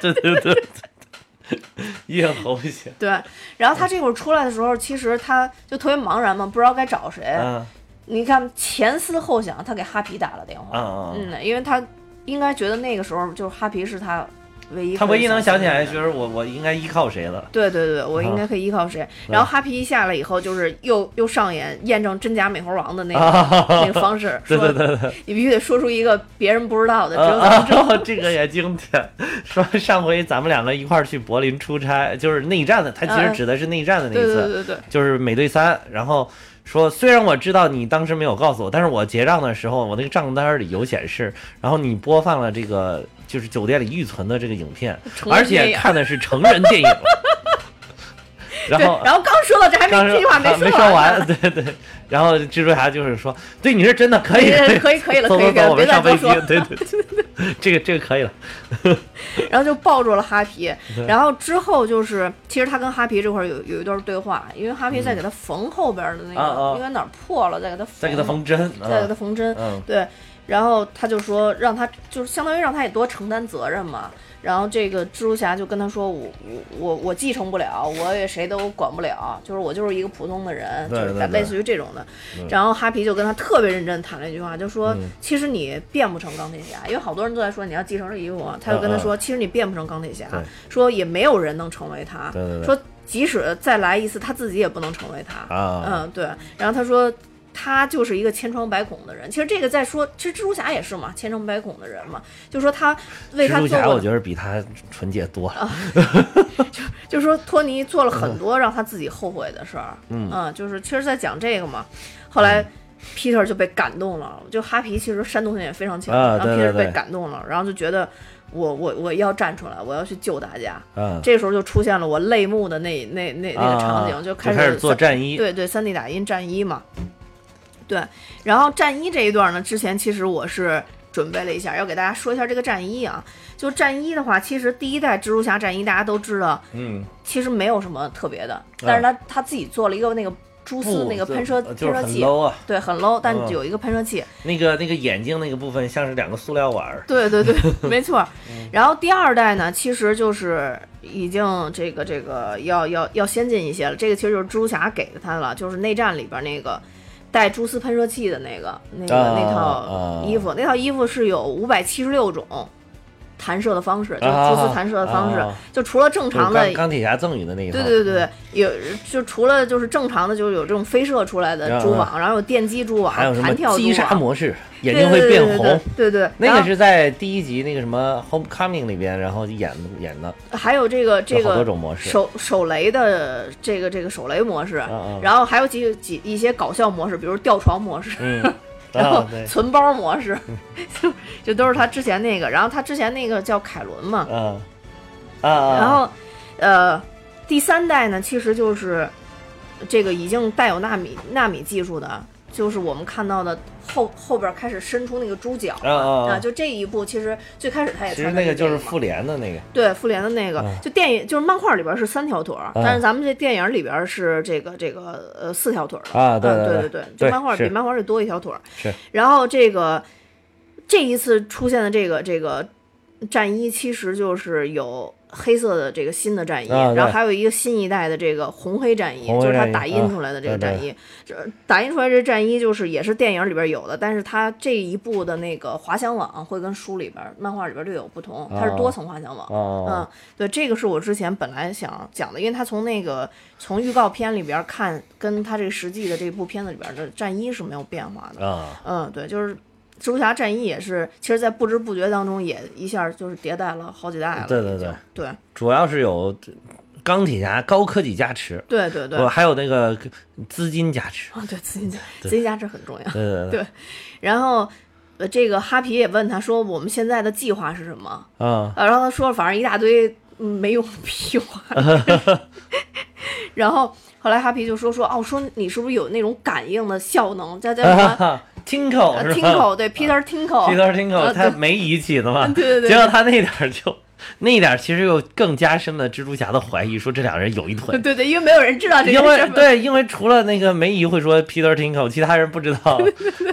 B: 对对对对，夜猴侠，
A: 对，然后他这会儿出来的时候，其实他就特别茫然嘛，不知道该找谁。
B: 嗯
A: 你看前思后想，他给哈皮打了电话。
B: 嗯嗯，
A: 嗯，因为他应该觉得那个时候就是哈皮是他唯一，
B: 他唯一能想起来
A: 是。
B: 就是我我应该依靠谁了。
A: 对对对，我应该可以依靠
B: [laughs]
A: 谁？
B: 嗯
A: 然后哈皮一下来以后，就是又又上演验证真假美猴王的那个、那个方式，
B: 啊 [laughs] 对对
A: 说
B: 对对，
A: 你必须得说出一个别人不知道的，只有咱们
B: 啊，啊这个也经典。说上回咱们两个一块儿去柏林出差，就是内战的，他其
A: 啊
B: 实指的是内战的那
A: 对
B: 一
A: 对对
B: 次，
A: 对对
B: 就是美队三。然后说，虽然我知道你当时没有告诉我，但是我结账的时候，我那个账单里有显示，然后你播放了这个就是酒店里预存的这个影片，
A: 成人
B: 而
A: 电
B: 且
A: 影
B: 看的是成人
A: [laughs]
B: 电影。然
A: 对
B: 后，
A: 然后刚说到这还
B: 当
A: 没
B: 时
A: 这句话
B: 啊没
A: 说完呢，
B: 完，对对。然后蜘蛛侠就是说，对，你是真的可以，
A: 对
B: 可
A: 可以可以了
B: 走
A: 可以
B: 走
A: 可以
B: 走，
A: 了
B: 我
A: 别
B: 们
A: 再
B: 上飞
A: 多
B: 机
A: 说了，
B: 对对对， [laughs] 这个这个可以了，
A: 然后就抱住了哈皮
B: 对。
A: 然后之后就是，其实他跟哈皮这块儿有有一段对话，因为哈皮在给他缝后边儿的那个，
B: 嗯啊啊
A: 因为哪儿破了，在给他缝
B: 再给他缝针，
A: [laughs] 再给他
B: 嗯
A: 缝针。
B: 嗯
A: 对，然后他就说让他就是相当于让他也多承担责任嘛。然后这个蜘蛛侠就跟他说：“我我我我继承不了，我也谁都管不了，就是我就是一个普通的人，
B: 对
A: 就是
B: 对嗯
A: 在
B: 对
A: 类似于这种的。”然后哈皮就跟他特别认真地谈了一句话，就说：“
B: 嗯
A: 其实你变不成钢铁侠，因为好多人都在说你要继承这衣服嘛。”他就跟他说：“其实你变不成钢铁侠
B: 嗯对，
A: 说也没有人能成为他
B: 对对，对
A: 说即使再来一次，他自己也不能成为他。”
B: 啊，
A: 嗯，对。然后他说他就是一个千疮百孔的人。其实这个在说，其实蜘蛛侠也是嘛，千疮百孔的人嘛，就说他为
B: 嗯蜘
A: 他
B: 蛛
A: 做
B: 侠我
A: 过，啊
B: 觉得比他纯洁多了，
A: 就说托尼做了
B: 嗯
A: 很多让他自己后悔的事儿。嗯就是确实在讲这个嘛。后来。Peter
B: 嗯
A: 就被感动了，就哈皮其实煽动性也非常强，
B: 啊
A: 然后
B: 对
A: Peter
B: 对
A: 被
B: 对
A: 感动了，然后就觉得我我我要站出来，我要去救大家。
B: 嗯，
A: 这时候就出现了我泪目的那那那那个
B: 啊
A: 场景，
B: 啊
A: 就
B: 就
A: 开
B: 始做
A: 三
B: 战衣，
A: 对对三 D 打印战衣嘛。对，然后战衣这一段呢，之前其实我是准备了一下，要给大家说一下这个战衣啊。就战衣的话，其实第一代蜘蛛侠战衣大家都知道，
B: 嗯，
A: 其实没有什么特别的，但是他、他自己做了一个那个蛛丝
B: 不
A: 那个
B: 啊就呃
A: 喷射
B: 就
A: 喷
B: 是
A: 射
B: 很
A: 器，
B: low 啊，
A: 对，很 low，但
B: 嗯
A: 有一个喷射器。
B: 那个那个眼睛那个部分像是两个塑料碗儿，
A: 对对
B: [laughs]
A: 对，没错儿。
B: 嗯
A: 然后第二代呢，其实就是已经这个这个要要要先进一些了。这个其实就是蜘蛛侠给的他了，就是内战里边那个带蛛丝喷射器的那个那个、那
B: 啊啊
A: 套衣服，那套衣服是有五百七十六种弹射的方式，就是蛛丝弹射的方式，
B: 啊啊啊啊
A: 就除了正
B: 就是
A: 常的
B: 钢钢铁侠赠予的那一套，
A: 对对对对，有就除了就是正常的，就是有这种飞射出来的
B: 嗯
A: 蛛
B: 嗯
A: 网，然后有电击蛛网、
B: 还有什么
A: 弹跳蛛
B: 击杀
A: 网，
B: 模式，眼
A: 对
B: 睛会变红，，
A: 对对对对对对，
B: 那
A: 然
B: 个
A: 后
B: 是在第一集那个什么《Homecoming》里边，然后演演的，
A: 还有这个这
B: 有好多
A: 个
B: 种模式。
A: 手手雷的这个这个手雷模式，
B: 嗯嗯
A: 然后还有几几一些搞笑模式，比如吊床模
B: [laughs]
A: 式，
B: 嗯，
A: 然后
B: 啊对，
A: 存包模式， [laughs] 就就都是他之前那个，然后他之前那个叫凯伦嘛，
B: 嗯啊啊，
A: 然后呃第三代呢，其实就是这个已经带有纳米纳米技术的。就是我们看到的后后边开始伸出那个猪脚
B: 啊啊啊
A: 啊，就这一步，其实最开始他也
B: 其
A: 穿
B: 实
A: 的
B: 那个
A: 这
B: 就是
A: 嘛
B: 复联的那个，
A: 对复联的那个，
B: 嗯
A: 就电影就是漫画里边是三条腿儿，
B: 嗯
A: 但是咱们这电影里边是这个这个呃四条腿儿的
B: 啊对
A: 嗯
B: 对
A: 对
B: 对
A: 对，就
B: 对
A: 漫画比
B: 是
A: 漫画里多一条腿儿。
B: 是，
A: 然后这个这一次出现的这个这个战衣，其实就是有黑色的这个新的战衣，
B: 啊对
A: 然后还有一个新一代的这个红黑战衣，
B: 红黑
A: 就是它
B: 战衣
A: 打印出来的这个
B: 啊对
A: 战衣。这打印出来这战衣就是也是电影里边有的，但是它这一部的那个滑翔网会跟书里边、漫画里边略有不同，它是
B: 啊
A: 多层滑翔网。嗯
B: 哦，，
A: 对，这个是我之前本来想讲的，因为他从那个从预告片里边看，跟他这个实际的这部片子里边的战衣是没有变化的。
B: 啊，
A: 嗯，对，就是蜘蛛侠战衣也是，其实，在不知不觉当中也一下就是迭代了好几代了。
B: 对对
A: 已经对
B: 主要是有钢铁侠高科技加持，
A: 对对对
B: 我，还有那个资金加持，
A: 啊，对自己
B: [laughs]
A: 家自己家这很重要。
B: 对对
A: 对然后，呃，这个哈皮也问他说，我们现在的计划是什么？
B: 对，啊，
A: 呃，然后他说了反正一大堆嗯没用的屁
B: [laughs]
A: 话，然后后来哈皮就说说哦，说你是不是有那种感应的效能，叫叫什么
B: [laughs] Tinko
A: 呃
B: 哦是吧
A: Tinko 对 Peter Tinko，
B: ？Peter Tinko
A: 啊
B: 他
A: 对嗯
B: 没仪器的嘛，
A: 对对对
B: 结果他那点儿就那点儿其实又更加深了蜘蛛侠的怀疑，说这两人有一腿
A: 对。 [laughs] 对 [laughs] 对，因为没有人知道这
B: 因
A: 个
B: 为
A: 事。
B: 对，因为除了那个梅姨会说 Peter Tinko，其他人不知
A: [laughs]
B: 道。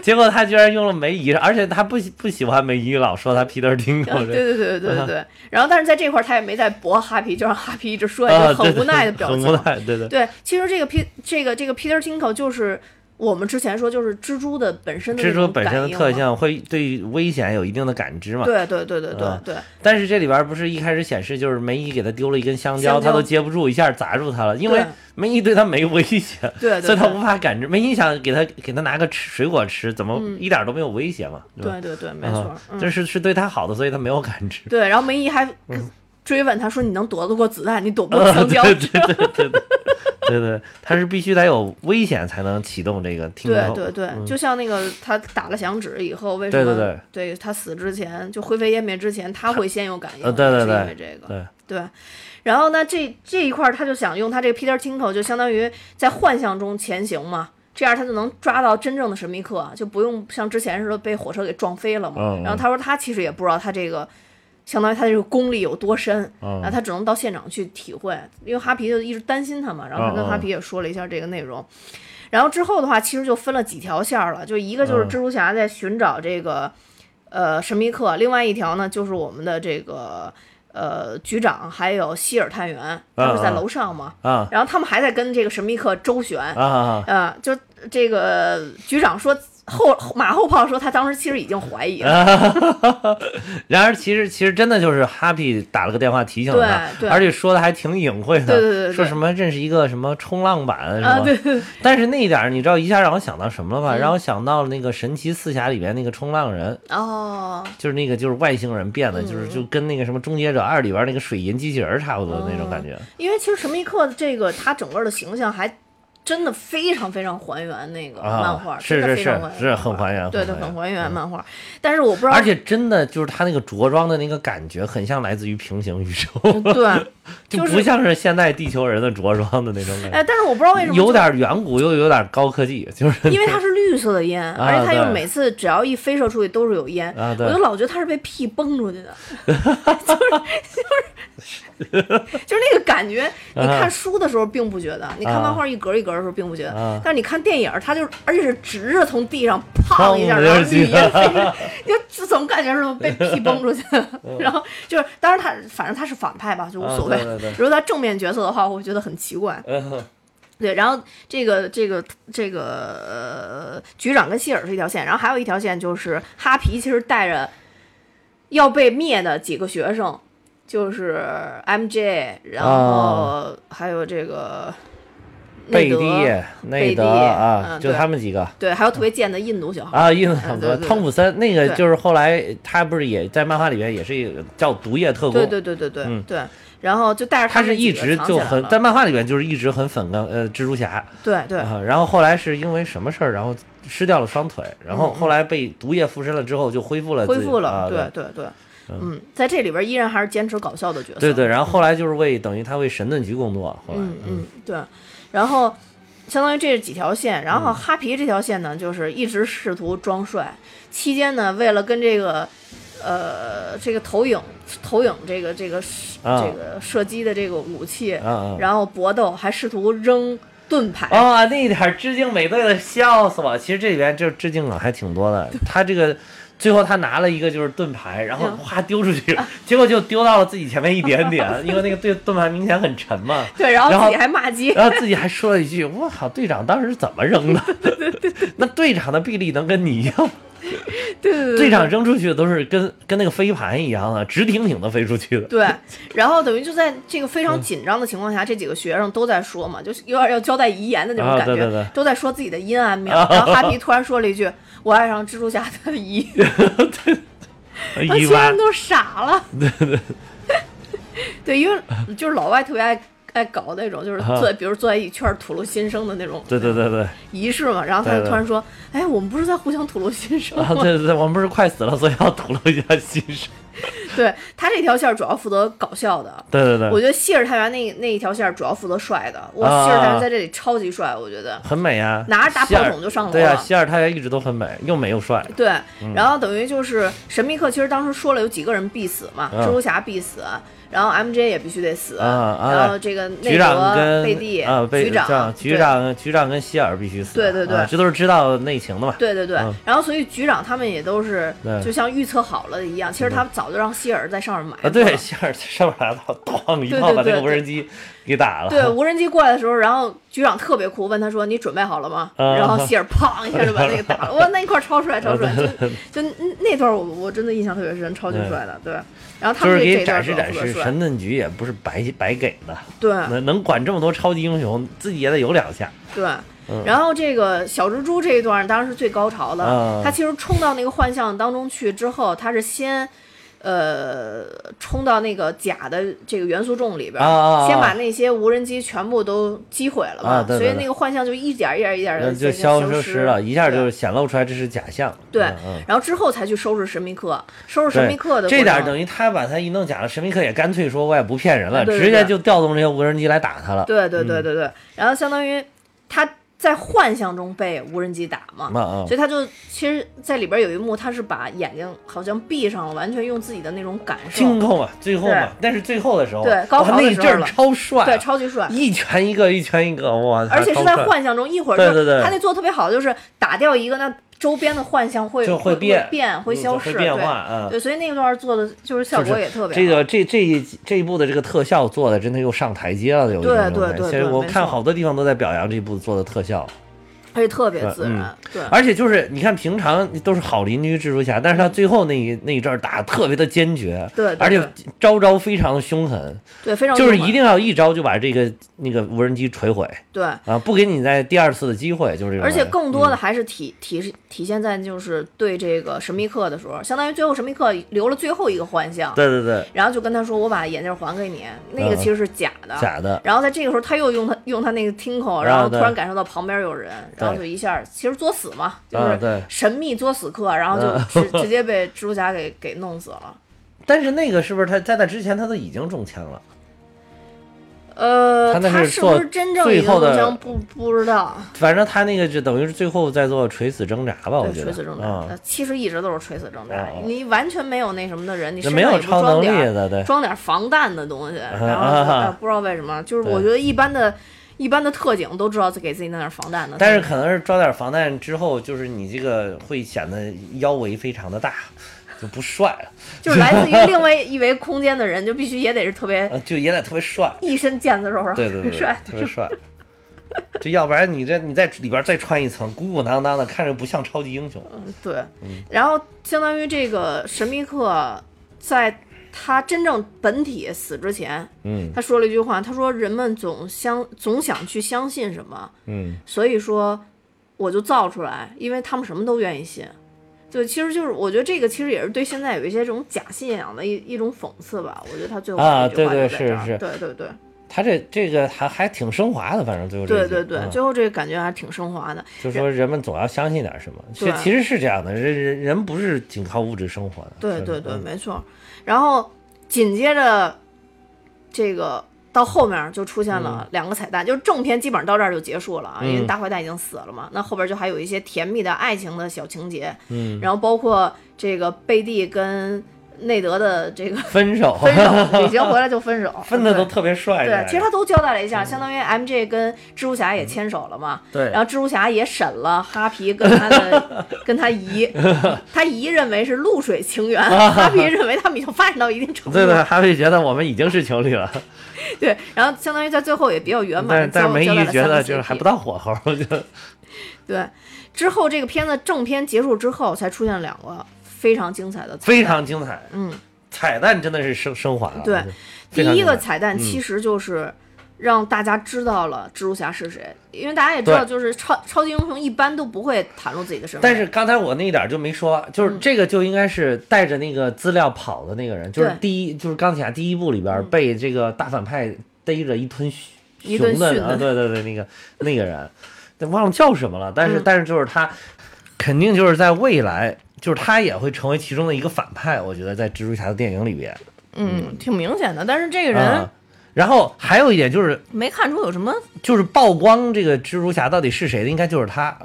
B: 结果他居然用了梅姨，而且他不喜不喜欢梅姨老说他 Peter
A: 啊
B: Tinko
A: 对
B: 这
A: 对对对对对
B: [laughs]
A: 对，然后但是在这块儿他也没在驳哈皮，就让哈皮一直说一
B: 啊，
A: 个
B: 对
A: 很无
B: 对
A: 奈的表情。
B: 很无奈，对对
A: 对，其实这个 P 这个这个 Peter Tinko 就是我们之前说就是蜘蛛的本身的
B: 蜘
A: 那
B: 蛛
A: 种
B: 本身的
A: 感应
B: 特
A: 嘛。
B: 性会对危险有一定的感知嘛。
A: 对对对对对
B: 嗯
A: 对，
B: 但是这里边不是一开始显示就是梅姨给他丢了一根香
A: 香
B: 蕉，
A: 蕉
B: 他都接不住，一下砸住他了，因为
A: 对
B: 梅姨对他没威胁，
A: 对对
B: 所以他
A: 对
B: 无法感知。梅姨想给他给他拿个吃水果吃，怎么一点都没有威胁嘛？对吧
A: 嗯对对对，没错
B: 啊，
A: 嗯
B: 这是是对他好的，所以他没有感知。
A: 对，然后梅姨还追问他说：“你能躲得过子弹，你躲
B: [laughs]
A: 不过香蕉。
B: 嗯对对对对对对对，他是必须得有危险才能启动这个听
A: 对
B: 口。
A: 对对，就像那个他打了响指以后，为什
B: 对
A: 么
B: 对对
A: 他死之前就灰飞烟灭之前，他会先有感应，
B: 呃对
A: 是
B: 对
A: 因
B: 对
A: 为这个。
B: 对
A: 对，然后呢，这这一块儿他就想用他这个 Peter Tinko，就相当于在幻象中前行嘛，这样他就能抓到真正的神秘客，就不用像之前似的被火车给撞飞了嘛。
B: 嗯嗯
A: 然后他说他其实也不知道他这个。相当于他这个功力有多深，
B: 嗯
A: 然后他只能到现场去体会，因为哈皮就一直担心他嘛，然后他跟
B: 嗯嗯
A: 哈皮也说了一下这个内容，然后之后的话，其实就分了几条线儿了，就一个就是
B: 嗯
A: 蜘蛛侠在寻找这个、呃神秘客，另外一条呢就是我们的这个呃局长还有希尔探员，他们是在
B: 嗯嗯
A: 楼上嘛，
B: 啊
A: 然后他们还在跟这个神秘客周旋，
B: 啊啊！
A: 啊，就这个局长说后马后炮说他当时其实已经怀疑
B: 啊
A: 了，
B: 然而其实其实真的就是 Happy 打了个电话提醒他
A: 对对，
B: 而且说的还挺隐晦的，
A: 对对对对
B: 说什么认识一个什么冲浪板什
A: 啊
B: 么，
A: 对对
B: 但是那一点儿你知道一下让我想到什么
A: 嗯
B: 了吧？让我想到了那个神奇四侠里边那个冲浪人，
A: 哦，
B: 就是那个就是外星人变
A: 嗯
B: 的，就是就跟那个什么终结者二里
A: 嗯
B: 边那个水银机器人儿差不多的那种感觉，
A: 因为其实神秘客这个他整个的形象还真的非常非常还原那个漫画，
B: 啊，是是
A: 真的非常
B: 是
A: 还原
B: 是很还原，
A: 对对，
B: 很
A: 很
B: 还原嗯
A: 还原漫画。但是我不知道，
B: 而且真的就是他那个着装的那个感觉，很像来自于平行宇宙，
A: [laughs] 对，
B: 就
A: 就是
B: 不像是现代地球人的着装的那种感
A: 哎，但是我不知道为什么，
B: 觉，有点远古又有点高科技，就是
A: [laughs] 因为它是绿色的烟，
B: 啊
A: 而且它又
B: 对
A: 每次只要一飞射出去都是有烟，
B: 啊对
A: 我就老觉得它是被屁崩出去的，就是就是就是那个感觉。你
B: 啊
A: 看书的时候并不觉得，你看漫画一格一格的时候并不觉得，
B: 啊
A: 但是你看电影，它就是而且是直着从地上砰一下，
B: 砰
A: 然后
B: 就是
A: 绿烟飞
B: [laughs]
A: 着，就总感觉是被屁崩出去的。然后就是，当然他反正他是反派吧，就无所谓。
B: 啊对对对
A: 如果他正面角色的话，我会觉得很奇怪。对，然后这个这个这个、呃、局长跟希尔是一条线，然后还有一条线就是哈皮其实带着要被灭的几个学生，就是 MJ，然后
B: 啊
A: 还有这个内
B: 贝
A: 德，
B: 蒂、
A: 贝
B: 内德
A: 蒂
B: 啊
A: 嗯，
B: 就
A: 对
B: 他们几个。
A: 对，还有特别贱的印度小孩，
B: [laughs] 啊，印度小
A: 对
B: 哥
A: 对
B: 汤普森那个
A: 对
B: 就是后来他不是也在漫画里面也是一个叫毒液特工，
A: 对对对对对、
B: 嗯
A: 对，然后就带着
B: 他
A: 们
B: 是一
A: 几个
B: 直
A: 藏
B: 就
A: 起来
B: 很
A: 了
B: 在漫画里面就是一直很粉跟呃蜘蛛侠，
A: 对对。
B: 啊，然后后来是因为什么事儿，然后失掉了双腿，然后后来被毒液附身了之后就恢复了自
A: 嗯恢
B: 己，
A: 复
B: 啊
A: 了，
B: 对
A: 对对对，嗯，在这里边依然还是坚持搞笑的角色，
B: 对对，然后后来就是为等于他为神盾局工作，后来
A: 嗯嗯对，然后相当于这是几条线，然
B: 嗯
A: 后哈皮这条线呢，就是一直试图装帅，期间呢，为了跟这个呃这个投影投影这个这个射
B: 啊
A: 这个射击的这个武器，
B: 啊啊
A: 然后搏斗，还试图扔盾
B: [laughs]
A: 牌，
B: 啊、那一点儿致敬美队的，笑死我！其实这里边就是致敬梗还挺
A: [laughs]
B: 多的。他这个最后他拿了一个就是盾牌，然后
A: 嗯
B: 哗丢出去，结果就丢到了自己前面一点点，因为那个盾盾牌明显很沉
A: [laughs]
B: 嘛。
A: 对，然后
B: 然
A: 自
B: 后呃
A: 己还骂街，
B: 然后自己还说了一句：“我靠，队长当时是怎么扔的？那队长的臂力能跟你一样吗？
A: 对对对，
B: 队长扔出去都是跟跟那个飞盘一样的，直挺挺的飞出去的。
A: 对，然后等于就在这个非常紧张的情况下，这几个学生都在说嘛，就是有点要交代遗言的那种
B: 啊
A: 感觉，
B: 对对对
A: 都在说自己的阴暗
B: [laughs]
A: 面。然后哈皮突然说了一句：“我爱上蜘蛛侠的
B: [laughs]
A: 姨。”然后
B: 一
A: 啊其他
B: 般
A: 人都傻了。对对 [laughs] 对，因为就是老外特别爱爱搞那种，就是坐，比如坐在一圈儿吐露心声的那种
B: 啊对对对对
A: 仪式嘛。然后他
B: 对
A: 就
B: 对
A: 突然说：“哎，我们不是在互相吐露心声吗
B: 啊，？”对对对，我们不是快死了，所以要吐露一下心声。
A: 对他这条线儿主要负责搞笑的，
B: 对对对，
A: 我觉得希尔太原那那一条线儿主要负责帅的，我
B: 啊
A: 希尔太原在这里超级帅，我觉得。
B: 很美啊，
A: 拿着大
B: 希尔
A: 炮筒就上楼
B: 对啊，
A: 了
B: 希尔太原一直都很美，又美又帅。
A: 对，
B: 嗯
A: 然后等于就是神秘客，其实当时说了有几个人必死嘛，
B: 嗯
A: 蜘蛛侠必死，然后 MJ 也必须得死，
B: 啊啊
A: 然后这个内
B: 局
A: 德、
B: 长跟
A: 贝蒂、
B: 啊，贝
A: 局长、
B: 局，长局长跟希尔必须死。
A: 对对对
B: 啊这都是知道内情的嘛。
A: 对对对对，
B: 嗯
A: 然后所以局长他们也都是
B: 对
A: 就像预测好了一样，其实他们早就让希尔在上面埋伏
B: 啊，
A: 了。
B: 对，希尔在上面拿到咣一
A: 对
B: 炮
A: 对
B: 把那
A: 对
B: 个无人机给打了。
A: 对，无人机过来的时候，然后局长特别酷，问他说：“你准备好了吗？”
B: 啊
A: 然后希尔砰一下就把那个
B: [laughs]
A: 打了，哇，那一块儿超帅，超帅！就就那段我我真的印象特别深，超级帅的。对，然后他
B: 就
A: 们
B: 是
A: 这这
B: 给
A: 段主
B: 展示
A: 要
B: 展
A: 负责
B: 示，
A: 帅，
B: 神盾局也不是白白给的，
A: 对
B: 能能管这么多超级英雄，自己也得有两下。
A: 对。
B: 嗯
A: 然后这个小蜘蛛这一段当然是最高潮的
B: 啊，
A: 他其实冲到那个幻象当中去之后，他是先。呃，冲到那个假的这个元素众里边儿，
B: 啊啊啊
A: 先把那些无人机全部都击毁了嘛，
B: 啊对对
A: 所以
B: 对
A: 那个幻象就一点儿一点儿一点
B: 然
A: 的
B: 后就消
A: 失
B: 失了，一下
A: 对
B: 就显露出来这是假象。
A: 对
B: 嗯嗯，
A: 然后之后才去收拾神秘客，收拾
B: 对
A: 神秘客的
B: 这点儿
A: 于
B: 等于他把他一弄假了，神秘客也干脆说我也不骗人了，
A: 对对
B: 直
A: 对
B: 接就调动这些无人机来打他了。
A: 对对
B: 嗯
A: 对对对，然后相当于他在幻象中被无人机打嘛，
B: 嗯嗯
A: 所以他就其实在里边有一幕，他是把眼睛好像闭上了，完全用自己的那种感
B: 清
A: 受，
B: 空啊，最后
A: 对
B: 嘛，但是最后的时候，啊
A: 对高
B: 哇
A: 潮的
B: 那一
A: 时候
B: 阵儿
A: 了
B: 超帅啊，
A: 对，超级帅。
B: 一拳一个，一拳一个，哇！
A: 而且是
B: 超
A: 在
B: 帅
A: 幻象中，一会儿
B: 对
A: 就是
B: 对对
A: 他那做得特别好，就是打掉一个，那周边的幻象会
B: 就
A: 会
B: 会
A: 变
B: 变
A: 变会
B: 嗯
A: 消
B: 就会
A: 失，
B: 变
A: 对
B: 化嗯
A: 对，所以那段做的就是效
B: 就是
A: 果也特别好。
B: 这个这这一这一部的这个特效做的真的又上台阶了，有一种
A: 对
B: 这种
A: 对
B: 感觉
A: 对
B: 其实
A: 对
B: 我
A: 没
B: 看
A: 错
B: 好多地方都在表扬这一部做的特效，
A: 而且特别自然，
B: 嗯
A: 对，
B: 而且就是你看，平常都是好邻居蜘蛛侠，但是他最后那一那一阵儿打得特别的坚决，
A: 对对
B: 而且
A: 对
B: 招招非常的凶狠，
A: 对，非常
B: 就是
A: 幽默
B: 一定要一招就把这个那个无人机锤毁
A: 对，
B: 啊，不给你再第二次的机会，就是这嗯种感
A: 而
B: 觉。
A: 且更多的还是体体是体现在就是对这个神秘客的时候，相当于最后神秘客留了最后一个幻象，
B: 对对对，
A: 然后就跟他说我把眼镜还给你，那个
B: 嗯
A: 其实是假的，
B: 假的，啊
A: 然后在这个时候，他又用他用他那个 tinkle，然后突
B: 对
A: 然感受到旁边有人，然后
B: 对
A: 就一下其实作死嘛，就
B: 啊
A: 是
B: 对
A: 神秘作死客，然后就直直接被蜘蛛侠给给弄死了。
B: 但是那个是不是他在那之前他都已经中枪了？
A: 呃，
B: 他那
A: 他
B: 是
A: 是不
B: 做
A: 是真正
B: 最
A: 一个
B: 后的
A: 互相不不知道？
B: 反正他那个就等于是最后在做垂死挣扎吧，我
A: 对，
B: 觉
A: 垂
B: 得
A: 死挣扎，
B: 啊
A: 呃，其实一直都是垂死挣扎
B: 哦。
A: 你完全没有那什么的人，你
B: 那
A: 身
B: 没
A: 上
B: 有
A: 也不
B: 超
A: 装
B: 能力
A: 点儿
B: 的，对，
A: 装点防弹的
B: [laughs]
A: 东西，然后
B: 啊
A: 呃不知道为什么，就是我觉得一般的。一般的特警都知道给自己弄点防弹的，
B: 但是可能是装点防弹之后，就是你这个会显得腰围非常的大，就不帅，
A: 就是来自
B: [laughs]
A: 于另外一维空间的人，就必须也得是特别
B: 呃就也得特别帅，
A: 一身腱子肉，
B: 对对
A: 很
B: 对，
A: [laughs] 帅。
B: 特别帅。就要不然你这你在里边再穿一层，鼓鼓囊囊的，看着不像超级英
A: 嗯
B: 雄。
A: 对，
B: 嗯
A: 然后相当于这个神秘客在他真正本体死之前，
B: 嗯
A: 他说了一句话，他说：“人们总相总想去相信什么，
B: 嗯，
A: 所以说我就造出来，因为他们什么都愿意信。”对，其实就是我觉得这个其实也是对现在有一些这种假信仰的一一种讽刺吧。我觉得他最后
B: 啊
A: 这句话就
B: 对对
A: 在这儿
B: 是是
A: 对对对。
B: 他这这个还还挺升华的，反正最后这
A: 对
B: 一集
A: 对对，
B: 嗯
A: 最后这个感觉还挺升华的。
B: 就说人们总要相信点什么，其
A: 对
B: 其实是这样的，人人人不是仅靠物质生活的。
A: 对
B: 是
A: 对
B: 的
A: 对，
B: 嗯
A: 没错。然后紧接着这个到后面就出现了两个彩蛋，就是正片基本上到这儿就结束了啊，因为
B: 嗯
A: 大坏蛋已经死了嘛。那后边就还有一些甜蜜的爱情的小情节，
B: 嗯，
A: 然后包括这个贝蒂跟内德的这
B: [laughs]
A: 个
B: 分手，
A: 分手，旅行回来就分手，
B: [laughs] 分的
A: 对
B: 都特别帅。这
A: 对
B: 俩，
A: 其实他都交代了一下，相当于 M J 跟蜘蛛侠也牵手了嘛。
B: 嗯对
A: 然后蜘蛛侠也审了哈皮跟他
B: [laughs]
A: 的跟他姨，他姨认为是露水情
B: [laughs]
A: 缘，哈皮认为他们已经发展到一定程度。
B: 对对，还会觉得我们已经是情侣了，
A: 对然后相当于在最后也比较圆满地
B: 但是但
A: 交，
B: 是梅
A: 交代
B: 姨
A: 了
B: 觉
A: 三个
B: 得就
A: CP
B: 是还不到火候，我觉得
A: 对。之后这个片子正片结束之后，才出现两个非常精彩的彩蛋
B: 非常精彩。
A: 嗯，
B: 彩蛋真的是升升华了。
A: 对，第
B: 非常嗯
A: 一个
B: 精彩
A: 彩蛋其实就是让大家知道了蜘蛛侠是谁，因为大家也知道，
B: 对
A: 就是超超级英雄一般都不会袒露自己的身份。
B: 但是刚才我那一点儿就没说，
A: 嗯
B: 就是这个就应该是带着那个资料跑的那个人，就是
A: 对嗯
B: 第一就是钢铁侠第一部里边被这个大反派逮着一吞熊
A: 一顿
B: 熊的人
A: 训的
B: 啊，对
A: [laughs]
B: 对对，那个那个人，但忘了叫什么了，但是、但是
A: 嗯
B: 就是他肯定就是在未来，就是他也会成为其中的一个反派，我觉得在蜘蛛侠的电影里边，
A: 嗯，挺明显的。但是这个人
B: 啊，然后还有一点就是
A: 没看出有什么，
B: 就是曝光这个蜘蛛侠到底是谁的，应该就是他。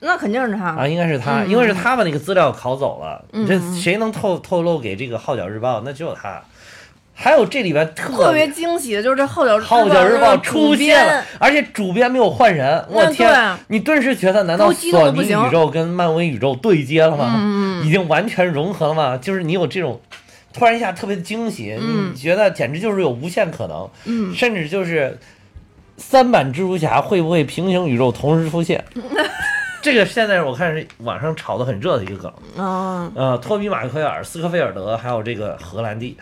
A: 那肯定是他。
B: 啊，应该是他，因为是他把那个资料拷走了。这谁能透透露给这个《号角日报》？那只有他。还有这里边
A: 特
B: 特
A: 别惊喜的就是这后脚
B: [laughs] 《号角日报》出现了
A: 编，，
B: 而且主编没有换人。我
A: 那对
B: 天
A: 啊！
B: 你顿时觉得，难
A: 都
B: 道
A: 激动得
B: 索
A: 不
B: 尼
A: 行嗯
B: 宇宙跟漫威宇宙对接了吗？已经完全融合了吗？就是你有这种突然一下特别惊喜，
A: 嗯
B: 你觉得简直就是有无限可能，甚至就是三版蜘蛛侠会不会平行宇宙同时
A: [laughs]
B: 出现？这个现在是我看是网上炒得很热的一个梗，
A: 嗯，
B: 呃，托比·马奎尔、斯科菲尔德，还有这个荷兰弟，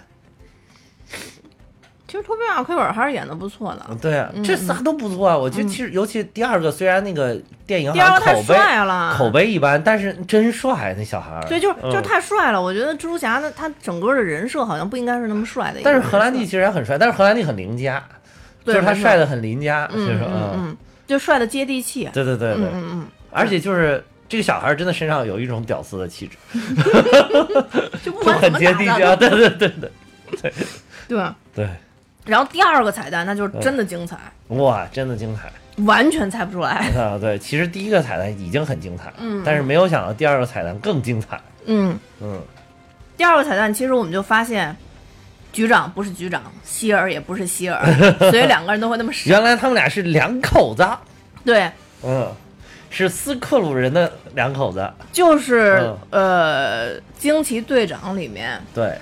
A: 其实托比马奎尔还是演的不错的。
B: 对啊，这
A: 嗯
B: 仨都不错啊。我觉得其实，尤其第二个，虽然那个电影好
A: 第二
B: 像
A: 个太
B: 口碑
A: 帅了，
B: 口碑一般，但是真帅那小孩儿。
A: 对，就是就是
B: 嗯。
A: 太帅了。我觉得蜘蛛侠呢，他整个的人设好像不应该是那么帅的一个
B: 但
A: 人
B: 是
A: 设。
B: 荷兰弟其实也很帅，但是荷兰弟很邻家，就
A: 对
B: 是他
A: 没错
B: 帅的很邻家，所以
A: 嗯
B: 说
A: 嗯嗯，就帅的接地气。
B: 对对对对，
A: 嗯嗯
B: 而且就是这个小孩儿真的身上有一种屌丝的气质，
A: 嗯，就不
B: 就
A: 管怎
B: [laughs] 很
A: 么
B: 接地
A: 打
B: 气
A: 造
B: 啊，
A: 都
B: 对对对对
A: 对。
B: 对，
A: 然后第二个彩蛋，那
B: 嗯
A: 就是真的精彩，
B: 哇，真的精彩。
A: 完全猜不出来。
B: 啊，对，其实第一个彩蛋已经很精彩了，但是没有想到第二个彩蛋更精彩。
A: 嗯，
B: 嗯，
A: 第二个彩蛋，其实我们就发现，局长不是局长，希尔也不是希
B: [laughs]
A: 尔，所以两个人都会那么傻。
B: 原来他们俩是两口子，
A: 对，
B: 嗯，是斯克鲁人的两口子，嗯
A: 就是、呃，惊奇队长里面
B: 对，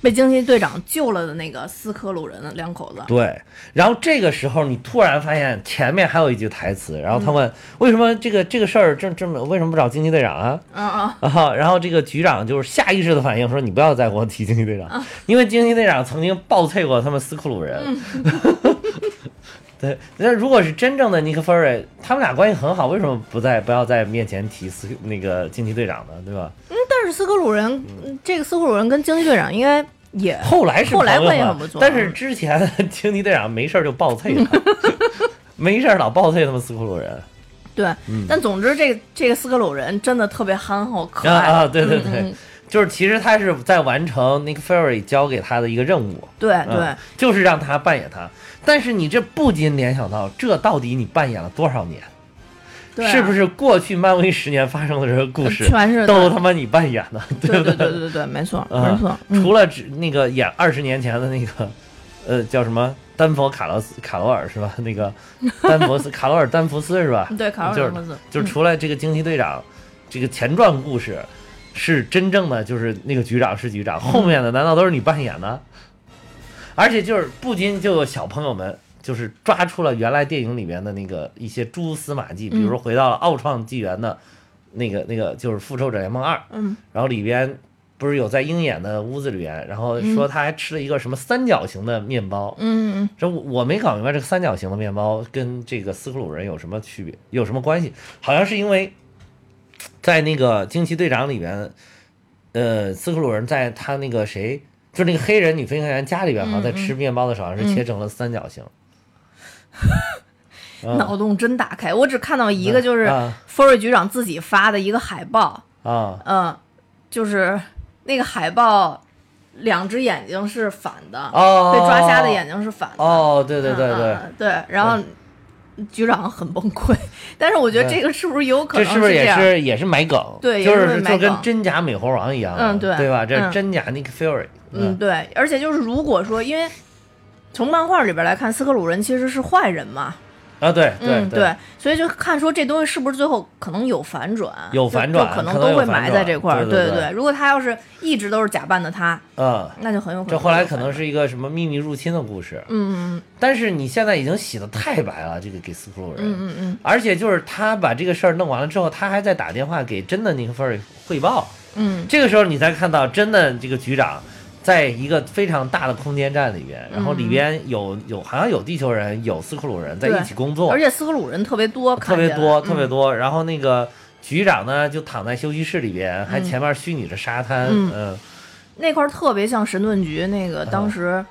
A: 被惊奇队长救了的那个斯科鲁人两口子。
B: 对，然后这个时候你突然发现前面还有一句台词，然后他问、为什么这个这个事儿这这么为什么不找惊奇队长啊？
A: 嗯嗯，
B: 啊，然后这个局长就是下意识的反应说：“你不要再给我提惊奇队长，因为惊奇队长曾经暴退过他们斯库鲁人。嗯 [laughs] 对，那如果是真正的尼克弗瑞，他们俩关系很好，为什么不在不要在面前提斯那个惊奇队长呢？对吧？
A: 但是斯科鲁人，嗯这个斯科鲁人跟惊奇队长应该也
B: 后来是
A: 后来
B: 朋友
A: 关系
B: 嘛
A: 很不错
B: 但是之前 [laughs] 的惊奇队长没事儿就暴
A: [laughs]
B: 退了，没事儿老暴退他们斯库鲁人。
A: 对。
B: 嗯
A: 但总之，这个这个斯科鲁人真的特别憨厚可
B: 啊
A: 爱。
B: 啊，对对对，
A: 嗯嗯
B: 就是其实他是在完成 Nick Fury 交给他的一个任务，
A: 对
B: 嗯
A: 对，
B: 就是让他扮演他。但是你这不禁联想到，这到底你扮演了多少年？
A: 对啊
B: 是不是过去漫威十年发生的这个故事，
A: 全是
B: 都他妈你扮演的， [laughs]
A: 对
B: 不
A: 对对对对，没错
B: 啊
A: 没错。嗯
B: 除了只那个演二十年前的那个，呃，叫什么丹佛卡罗斯卡罗尔是吧？那个丹佛斯卡罗尔丹佛斯是吧？
A: 对，卡
B: 就
A: 尔
B: 是
A: 公子
B: 就是除了这个惊奇队长，这个前传故事是真正的，就是那个局长是局长，后面的难道都是你扮演的？而且就是不禁就有小朋友们就是抓出了原来电影里面的那个一些蛛丝马迹，比
A: 嗯
B: 如说回到了奥创纪元的那个那个就是复仇者联盟二，
A: 嗯，
B: 然后里边。不是有在鹰眼的屋子里边，然后说他还吃了一个什么三角形的面包，
A: 嗯嗯
B: 这我我没搞明白这个三角形的面包跟这个斯克鲁人有什么区别，有什么关系？好像是因为在那个惊奇队长里边，呃，斯克鲁人在他那个谁，就是那个黑人女飞行员家里边，好像在吃面包的时候，好像是切成了三角形。
A: 嗯，脑洞真打开。我只看到一个，就是
B: 啊
A: 福瑞局长自己发的一个海报，
B: 啊
A: 嗯，就是那个海报，两只眼睛是反的，
B: 哦
A: 被抓瞎的眼睛是反的。
B: 哦，对对
A: 嗯，
B: 对对，嗯
A: 嗯嗯对，然后局长很崩溃， [laughs] 但是我觉得
B: 对
A: 这个是不是有可
B: 这
A: 能
B: 是不
A: 这
B: 也
A: 样？嗯
B: 是也是买梗？
A: 对也
B: 就是是
A: 买
B: 就跟
A: 梗
B: 真假美猴王一样的，
A: 嗯对
B: 对吧？这
A: 嗯
B: 是真假 Nick Fury，
A: 嗯，，对，而且就是如果说，因为从漫画里边来看，斯克鲁人其实是坏人嘛，
B: 啊对对
A: 嗯，对，所以就看说这东西是不是最后可能有反转，
B: 有
A: 就
B: 反
A: 就
B: 转
A: 可能
B: 可能
A: 都
B: 有
A: 会
B: 反
A: 埋在
B: 转
A: 这块儿，
B: 对
A: 对
B: 对对
A: 如果他要是一直都是假扮的他，
B: 嗯。
A: 那就很有可能
B: 这
A: 有反转。
B: 后来可能是一个什么秘密入侵的故事，
A: 嗯，
B: 但是你现在已经洗的太白了，这个给斯库鲁人，
A: 嗯嗯嗯嗯
B: 而且就是他把这个事儿弄完了之后，他还在打电话给真的尼克弗瑞汇报，
A: 嗯
B: 这个时候你才看到真的这个局长。在一个非常大的空间站里边，然后里边
A: 嗯
B: 有有好像有地球人，有斯库鲁人在
A: 对
B: 一起工作
A: 而，且斯克鲁人特别多，
B: 特别
A: 看起来
B: 多
A: 嗯
B: 特别多。然后那个局长呢就躺在休息室里边，还前面虚拟着沙滩，
A: 嗯
B: 嗯，
A: 那块儿特别像神盾局那个当时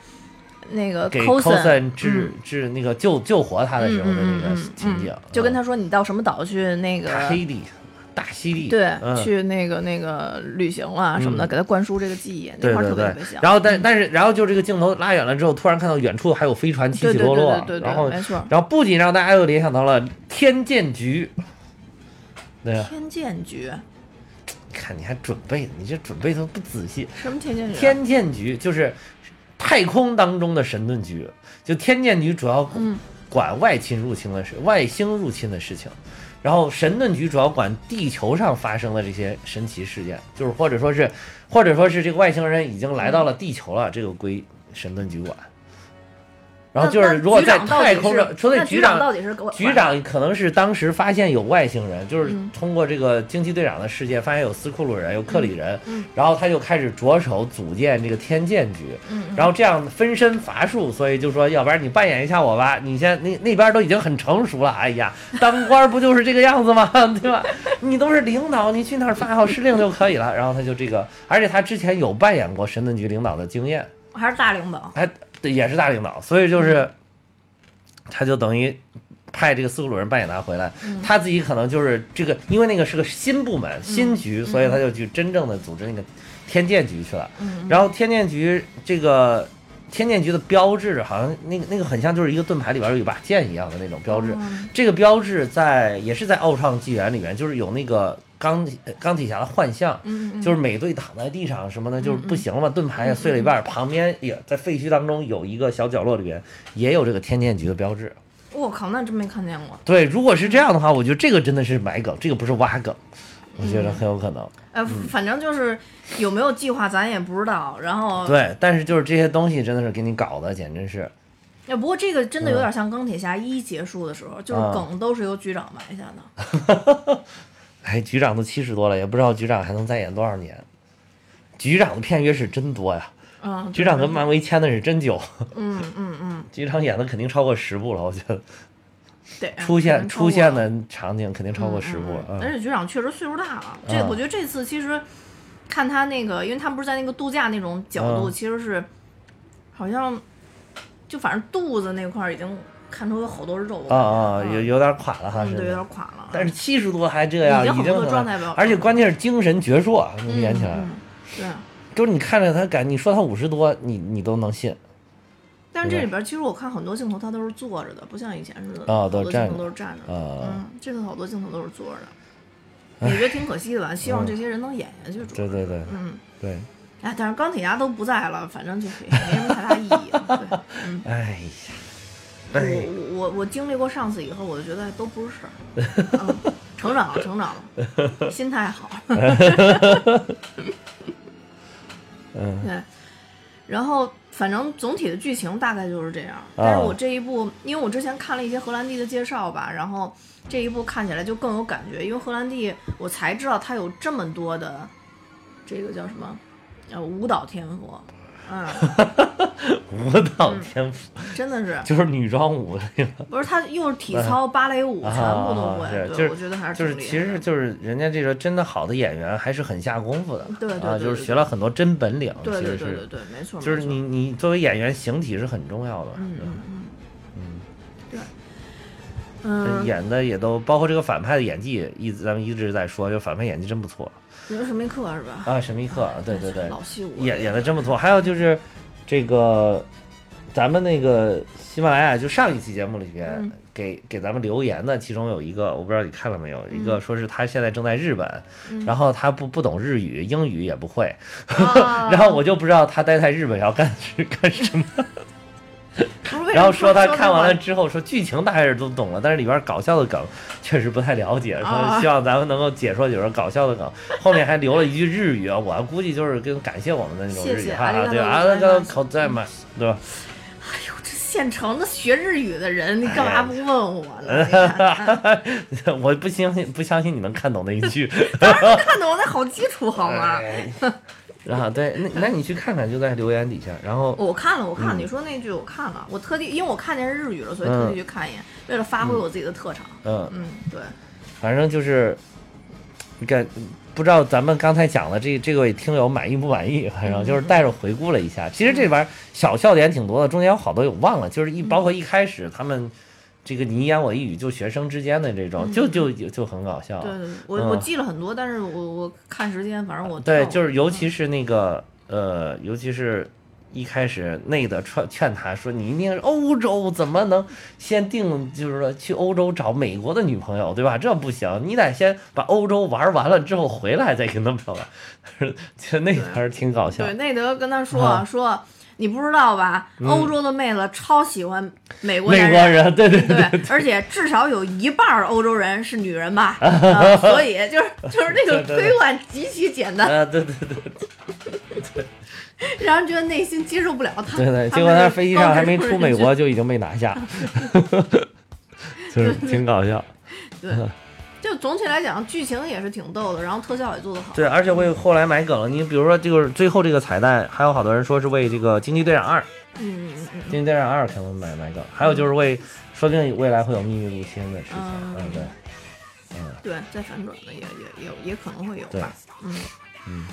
A: 那个嗯
B: 给
A: Coulson
B: 治治那个救救活他的时候的那个情景，
A: 就跟
B: 嗯
A: 他说你到什么岛去那个
B: 大黑地，大溪地，
A: 对
B: 嗯、
A: 去那个那个旅行了什么的，给他灌输这个记忆，那
B: 对
A: 块儿特
B: 对
A: 别特
B: 对
A: 别嗯像。，
B: 然后但但是然后就这个镜头拉远了之后，突然看到远处还有飞船起
A: 对
B: 起
A: 对
B: 落
A: 对
B: 落
A: 对，对
B: 然后
A: 对，没错。
B: 然后不仅让大家又联想到了天剑局，对啊，
A: 天剑局
B: 看你还准备，你这准备的不仔细。
A: 什么天剑局啊？
B: 天剑局就是太空当中的神盾局，就天剑局主要
A: 嗯
B: 管外侵入侵的事，外星入侵的事情，然后神盾局主要管地球上发生的这些神奇事件，就是或者说是，或者说是这个外星人已经来到了地球了，这个归神盾局管。然后哦就
A: 那
B: 是
A: 那
B: 如果
A: 局
B: 在
A: 长到底
B: 太空
A: 是
B: 上，除了
A: 那
B: 局
A: 局
B: 长
A: 到底是管
B: 局长可能是当时发现有外星人，就是
A: 嗯
B: 通过这个惊奇队长的事件，发现有斯库鲁人，有克里人，然后他就开始着手组建这个天剑局，然后这样分身乏术，所以就说，要不然你扮演一下我吧，你先那那边都已经很成熟了，哎呀，当官不就是这个样子吗？ [laughs] 对吧？你都是领导，你去那儿发号施令就可以了。然后他就这个，而且他之前有扮演过神盾局领导的经验，
A: 还是大领导？嗯
B: 他哎也是大领导，所以就是，他就等于派这个斯库鲁人扮演他回来，
A: 嗯
B: 他自己可能就是这个，因为那个是个新部门、
A: 嗯
B: 新局，所以他就去真正的组织那个天剑局去了。
A: 嗯
B: 然后天剑局这个天剑局的标志好像那个那个很像就是一个盾牌里边有一把剑一样的那种标志，
A: 嗯
B: 这个标志在也是在奥创纪元里面，就是有那个钢呃钢铁侠的幻象，
A: 嗯
B: 就是美队躺在地上什么的，就是不行了嘛，盾牌也碎了一
A: 嗯
B: 半儿，旁边也在废墟当中有一个小角落里边也有这个天剑局的标志。
A: 我靠，那真没看见过。
B: 对，如果是这样的话，我觉得这个真的是埋梗，这个不是挖梗。我觉得很有可能。
A: 呃，
B: 嗯
A: 反正就是有没有计划咱也不知道。然后，
B: 对，但是就是这些东西真的是给你搞的，简直是。
A: 哎，不过这个真的有点像钢铁侠一结束的时候，就是
B: 嗯
A: 梗都是由局长埋下的。
B: 哎，局长都七十多了，也不知道局长还能再演多少年。局长的片约是真多呀，
A: 嗯，
B: 局长跟漫威签的是真久，
A: 嗯嗯嗯，
B: [laughs] 局长演的肯定超过十部了，我觉得
A: 对，
B: 出现
A: 嗯
B: 出现的场景肯定超过十部了。
A: 嗯，
B: 嗯
A: 而且局长确实岁数大了，这
B: 嗯
A: 我觉得这次其实看他那个，因为他们不是在那个度假那种角度，
B: 嗯
A: 其实是好像就反正肚子那块儿已经看出有好多肉了
B: 啊啊，
A: 嗯
B: 有有点垮了哈，
A: 嗯，
B: 是
A: 对，有
B: 的
A: 点。垮了。
B: 但是七十多还这样，
A: 已经
B: 已经
A: 好多
B: 很
A: 状态不好
B: 而且关键是精神矍铄，啊
A: 嗯
B: 演起来，
A: 嗯对。
B: 就是你看着他感，你说他五十多，你你都能信。
A: 但是这里边其实我看很多镜头，他都是坐着的，不像以前似的，
B: 啊
A: 好
B: 都
A: 多
B: 是站
A: 镜头
B: 着
A: 都是站着的。
B: 啊
A: 嗯，这次好多镜头都是坐着
B: [laughs]
A: 的，也觉得挺可惜的吧？希望这些人能演下去，主要
B: 嗯对对对，
A: 嗯，
B: 对，
A: 哎，但是钢铁侠都不在了，反正
B: [laughs]
A: 就是也没什么太大意义了。对，嗯。
B: 哎呀，哎，
A: 我我我经历过上次以后，我就觉得都不是事
B: [laughs]
A: 儿、嗯，成长了，成长了，心态好。
B: 嗯
A: 对，然后反正总体的剧情大概就是这样。
B: 啊
A: 但是我这一部，因为我之前看了一些荷兰弟的介绍吧，然后这一部看起来就更有感觉，因为荷兰弟我才知道他有这么多的这个叫什么呃舞蹈天赋，嗯，
B: 舞蹈天赋
A: 真的是。
B: 就是女装舞那个。
A: 不是，他又是体操、芭蕾舞，全部都会。
B: 哎啊是
A: 对，
B: 就是
A: 我觉得还
B: 就是
A: 挺厉害
B: 其实就是人家这个真的好的演员还是很下功夫的，
A: 对对
B: 啊，
A: 对
B: 就是
A: 对
B: 学了很多真本领，
A: 对对
B: 其
A: 对
B: 实
A: 对
B: 是
A: 对，没错，
B: 就是
A: 没错
B: 你你作为演员形体是很重要的，
A: 嗯
B: 对吧
A: 嗯嗯，对，嗯，
B: 演的也都包括这个反派的演技，一直咱们一直在说，就反派演技真不错
A: 你说什么课是吧？
B: 啊，神秘客，对对对，
A: 老戏骨
B: 演演的真不错。还有就是这个咱们那个喜马拉雅就上一期节目里边、
A: 嗯
B: 给给咱们留言的，其中有一个我不知道你看了没有，一个说是他现在正在日本，
A: 嗯
B: 然后他不不懂日语，英语也不会，
A: 啊
B: [laughs] 然后我就不知道他待在日本要干是干什么。
A: 不是为什么
B: 然后说他看完了
A: 说
B: 之后，说剧情大概是都懂了，但是里边搞笑的梗 [laughs] 确实不太了解，
A: 啊
B: 说希望咱们能够解说解说搞笑的梗。后面还留了一句日语，我估计就是跟感谢我们的那种
A: 谢
B: 日语
A: 谢
B: 哈
A: ありが
B: 哈，
A: とうございます
B: 对吧？啊，那个口
A: [laughs]
B: 在嘛，对吧？
A: 哎呦，这现成的学日语的人，你干
B: 哎呀
A: 嘛不问我
B: [laughs]
A: 呢？你看
B: 我不相信，不相信你能看懂那一句。
A: 看得我那好基础好吗？
B: 哎 [laughs] 然后啊对，那那你去看看，就在留言底下。然后
A: 我看了，我
B: 嗯
A: 看了，你说那句我看了，我特地因为我看见是日语了，所以特地去看一眼，为了发挥我自己的特长。
B: 嗯，
A: 嗯，对，
B: 反正就是，你感不知道咱们刚才讲的这这位听友满意不满意？ [laughs] 反正就是带着回顾了一下，其实这里边小笑点挺多的，中间有好多我忘了，就是一包括一开始他们这个你一言我一语，就学生之间的这种，就就就就很搞笑。
A: 对对，对我
B: 嗯
A: 我记了很多，但是我我看时间，反正我
B: 对，
A: 跳
B: 就是尤其是那个呃，尤其是一开始内的劝劝他说，你一定是欧洲，怎么能先定就是说去欧洲找美国的女朋友，对吧？这不行，你得先把欧洲玩完了之后回来再跟他们表白。 [laughs] 其实那个还是挺嗯搞笑
A: 对，。内德跟他说、啊、说，你不知道吧？欧洲的妹子超喜欢美国
B: 美
A: 男
B: 国
A: 人。
B: 人，对对
A: 对，而且至少有一半儿欧洲人是女人
B: [laughs]
A: 吧，啊所以就是就是那种
B: 对对对
A: 推断极其简单，
B: 啊，对对对
A: 让人觉得内心接受不了他。
B: 对对，
A: 他
B: 结果
A: 们
B: 他
A: 是
B: 飞机
A: 高
B: 上
A: 知
B: 还没
A: 识
B: 出美
A: 人
B: 国就已经被拿下，
A: [laughs]
B: 就是挺搞笑。
A: 对，就总体来讲，剧情也是挺逗的，然后特效也做得好。
B: 对，而且为后来埋梗了。你比如说，就是最后这个彩蛋，还有好多人说是为这个《惊奇队长二》《
A: 嗯嗯嗯
B: 惊奇队长二》可能埋埋梗，还有就是为，说不定未来会有秘密入侵的事情。
A: 嗯
B: 嗯，对，
A: 嗯，对，再反转的也也也也可能会有
B: 对
A: 吧。嗯嗯，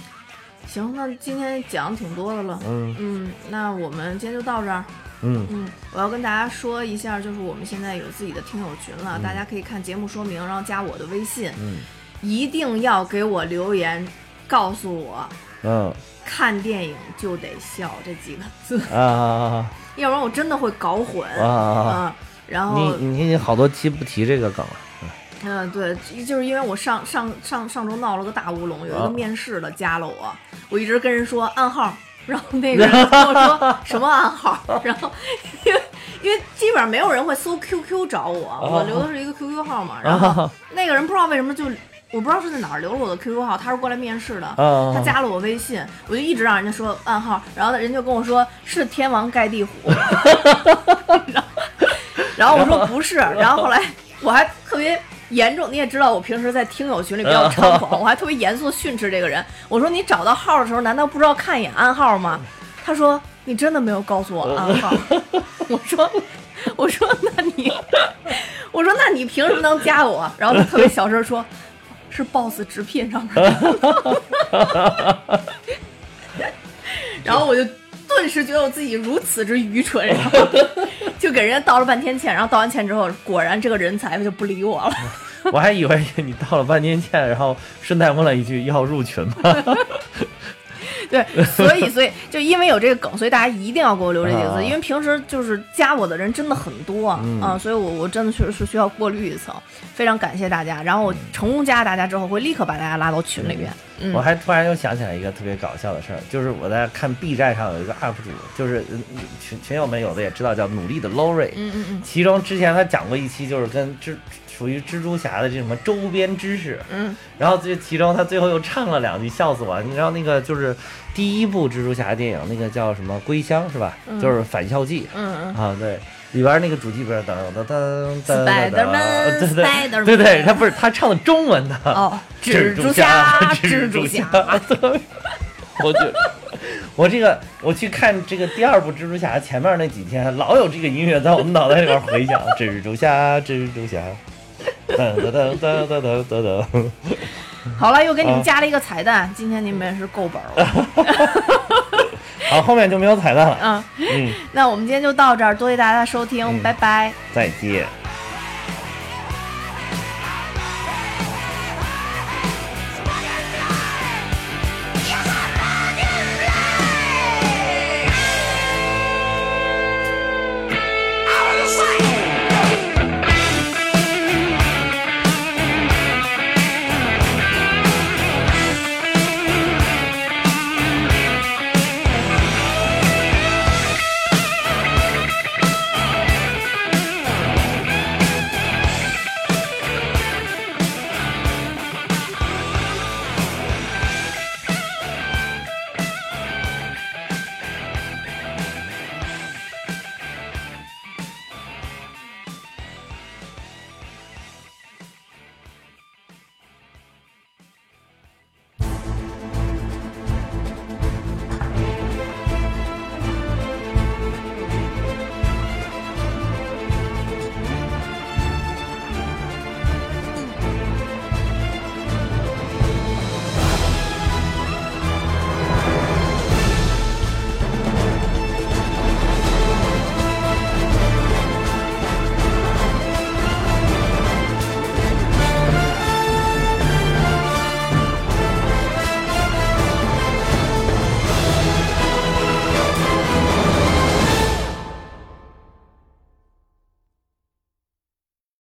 A: 行，那今天讲挺多的了。
B: 嗯
A: 嗯，那我们今天就到这儿。
B: 嗯，
A: 嗯，我要跟大家说一下，就是我们现在有自己的听友群了，大家可以看节目说明，然后加我的微信。
B: 嗯，
A: 一定要给我留言，告诉我
B: 嗯
A: 看电影就得笑这几个
B: [laughs]
A: 字，
B: 啊啊
A: 要不然我真的会搞混。
B: 啊啊啊！
A: 嗯，然
B: 你
A: 后
B: 你你好多期不提这个梗了。
A: 嗯，对，就是因为我上上上上周闹了个大乌龙，有一
B: 啊
A: 个面试的加了我，我一直跟人说暗号，然后那个人跟我
B: [laughs]
A: 说什么暗号，然后因为因为基本上没有人会搜 QQ 找我，我留的是一个 QQ 号码，然后
B: 啊
A: 那个人不知道为什么就我不知道是在哪儿留了我的 QQ 号，他是过来面试的，
B: 啊
A: 他加了我微信，我就一直让人家说暗号，然后人就跟我说是天王盖 [laughs] 地虎，然后然后我说不是，然后后来我还特别严重，你也知道我平时在听友群里比较猖 [laughs] 狂，我还特别严肃训斥这个人，我说你找到号的时候难道不知道看一眼暗号 [laughs] 吗？他说你真的没有告诉我暗 [laughs] 号，我说。我说那你，我说那你凭什么能加我？然后他特别小声说，是 boss 直聘上面的。然后我就顿时觉得我自己如此之愚蠢，然后
B: [laughs]
A: 就给人家道了半天歉，然后道完歉之后，果然这个人才就不理我了。
B: 我还以为你道了半天歉，然后顺带问了一句要入群吗？
A: 对，所以所以就因为有这个梗，所以大家一定要给我留这几个
B: 啊嗯
A: 字，因为平时就是加我的人真的很多啊，啊所以我我真的确实是需要过滤一层，非常感谢大家。然后
B: 嗯
A: 我成功加了大家之后，会立刻把大家拉到群里边。嗯
B: 我还突然又想起来一个特别搞笑的事儿，就是我在看 B 站上有一个 UP 主，就是嗯群群友们有的也知道叫努力的 Lori，
A: 嗯嗯嗯
B: 其中之前他讲过一期，就是跟蜘属于蜘蛛侠的这什么周边知识，
A: 嗯，
B: 然后这其中他最后又唱了两句，笑死我了！你知道那个就是第一部蜘蛛侠电影，那个叫什么《归乡》是吧？就是返校季，
A: 嗯
B: 啊，对，里边那个主题歌噔噔噔噔噔噔，
A: Spider-Man，
B: 对对
A: Spider-Man
B: 对对，他不是他唱的中文的，
A: 嗯，哦，
B: [laughs] 蜘
A: 蜘
B: 蛛
A: 蛛
B: 侠
A: 侠，，
B: [laughs] 蜘
A: 蜘
B: 蛛
A: 蛛
B: 侠
A: 侠，
B: 对， [laughs] 我就。我这个，我去看这个第二部蜘蛛侠前面那几天，老有这个音乐在我们脑袋里边
A: [laughs]
B: 回响。蜘蛛侠，蜘蛛侠，噔噔噔噔噔噔噔噔。
A: 好了，又给你
B: 啊
A: 们加了一个彩蛋，今天你们也是够本儿了。
B: 好，后面就没有彩蛋了。
A: 嗯， [laughs]
B: 嗯，
A: 那我们今天就到这儿，多谢大家的收听，
B: 嗯
A: 拜拜。
B: 再见。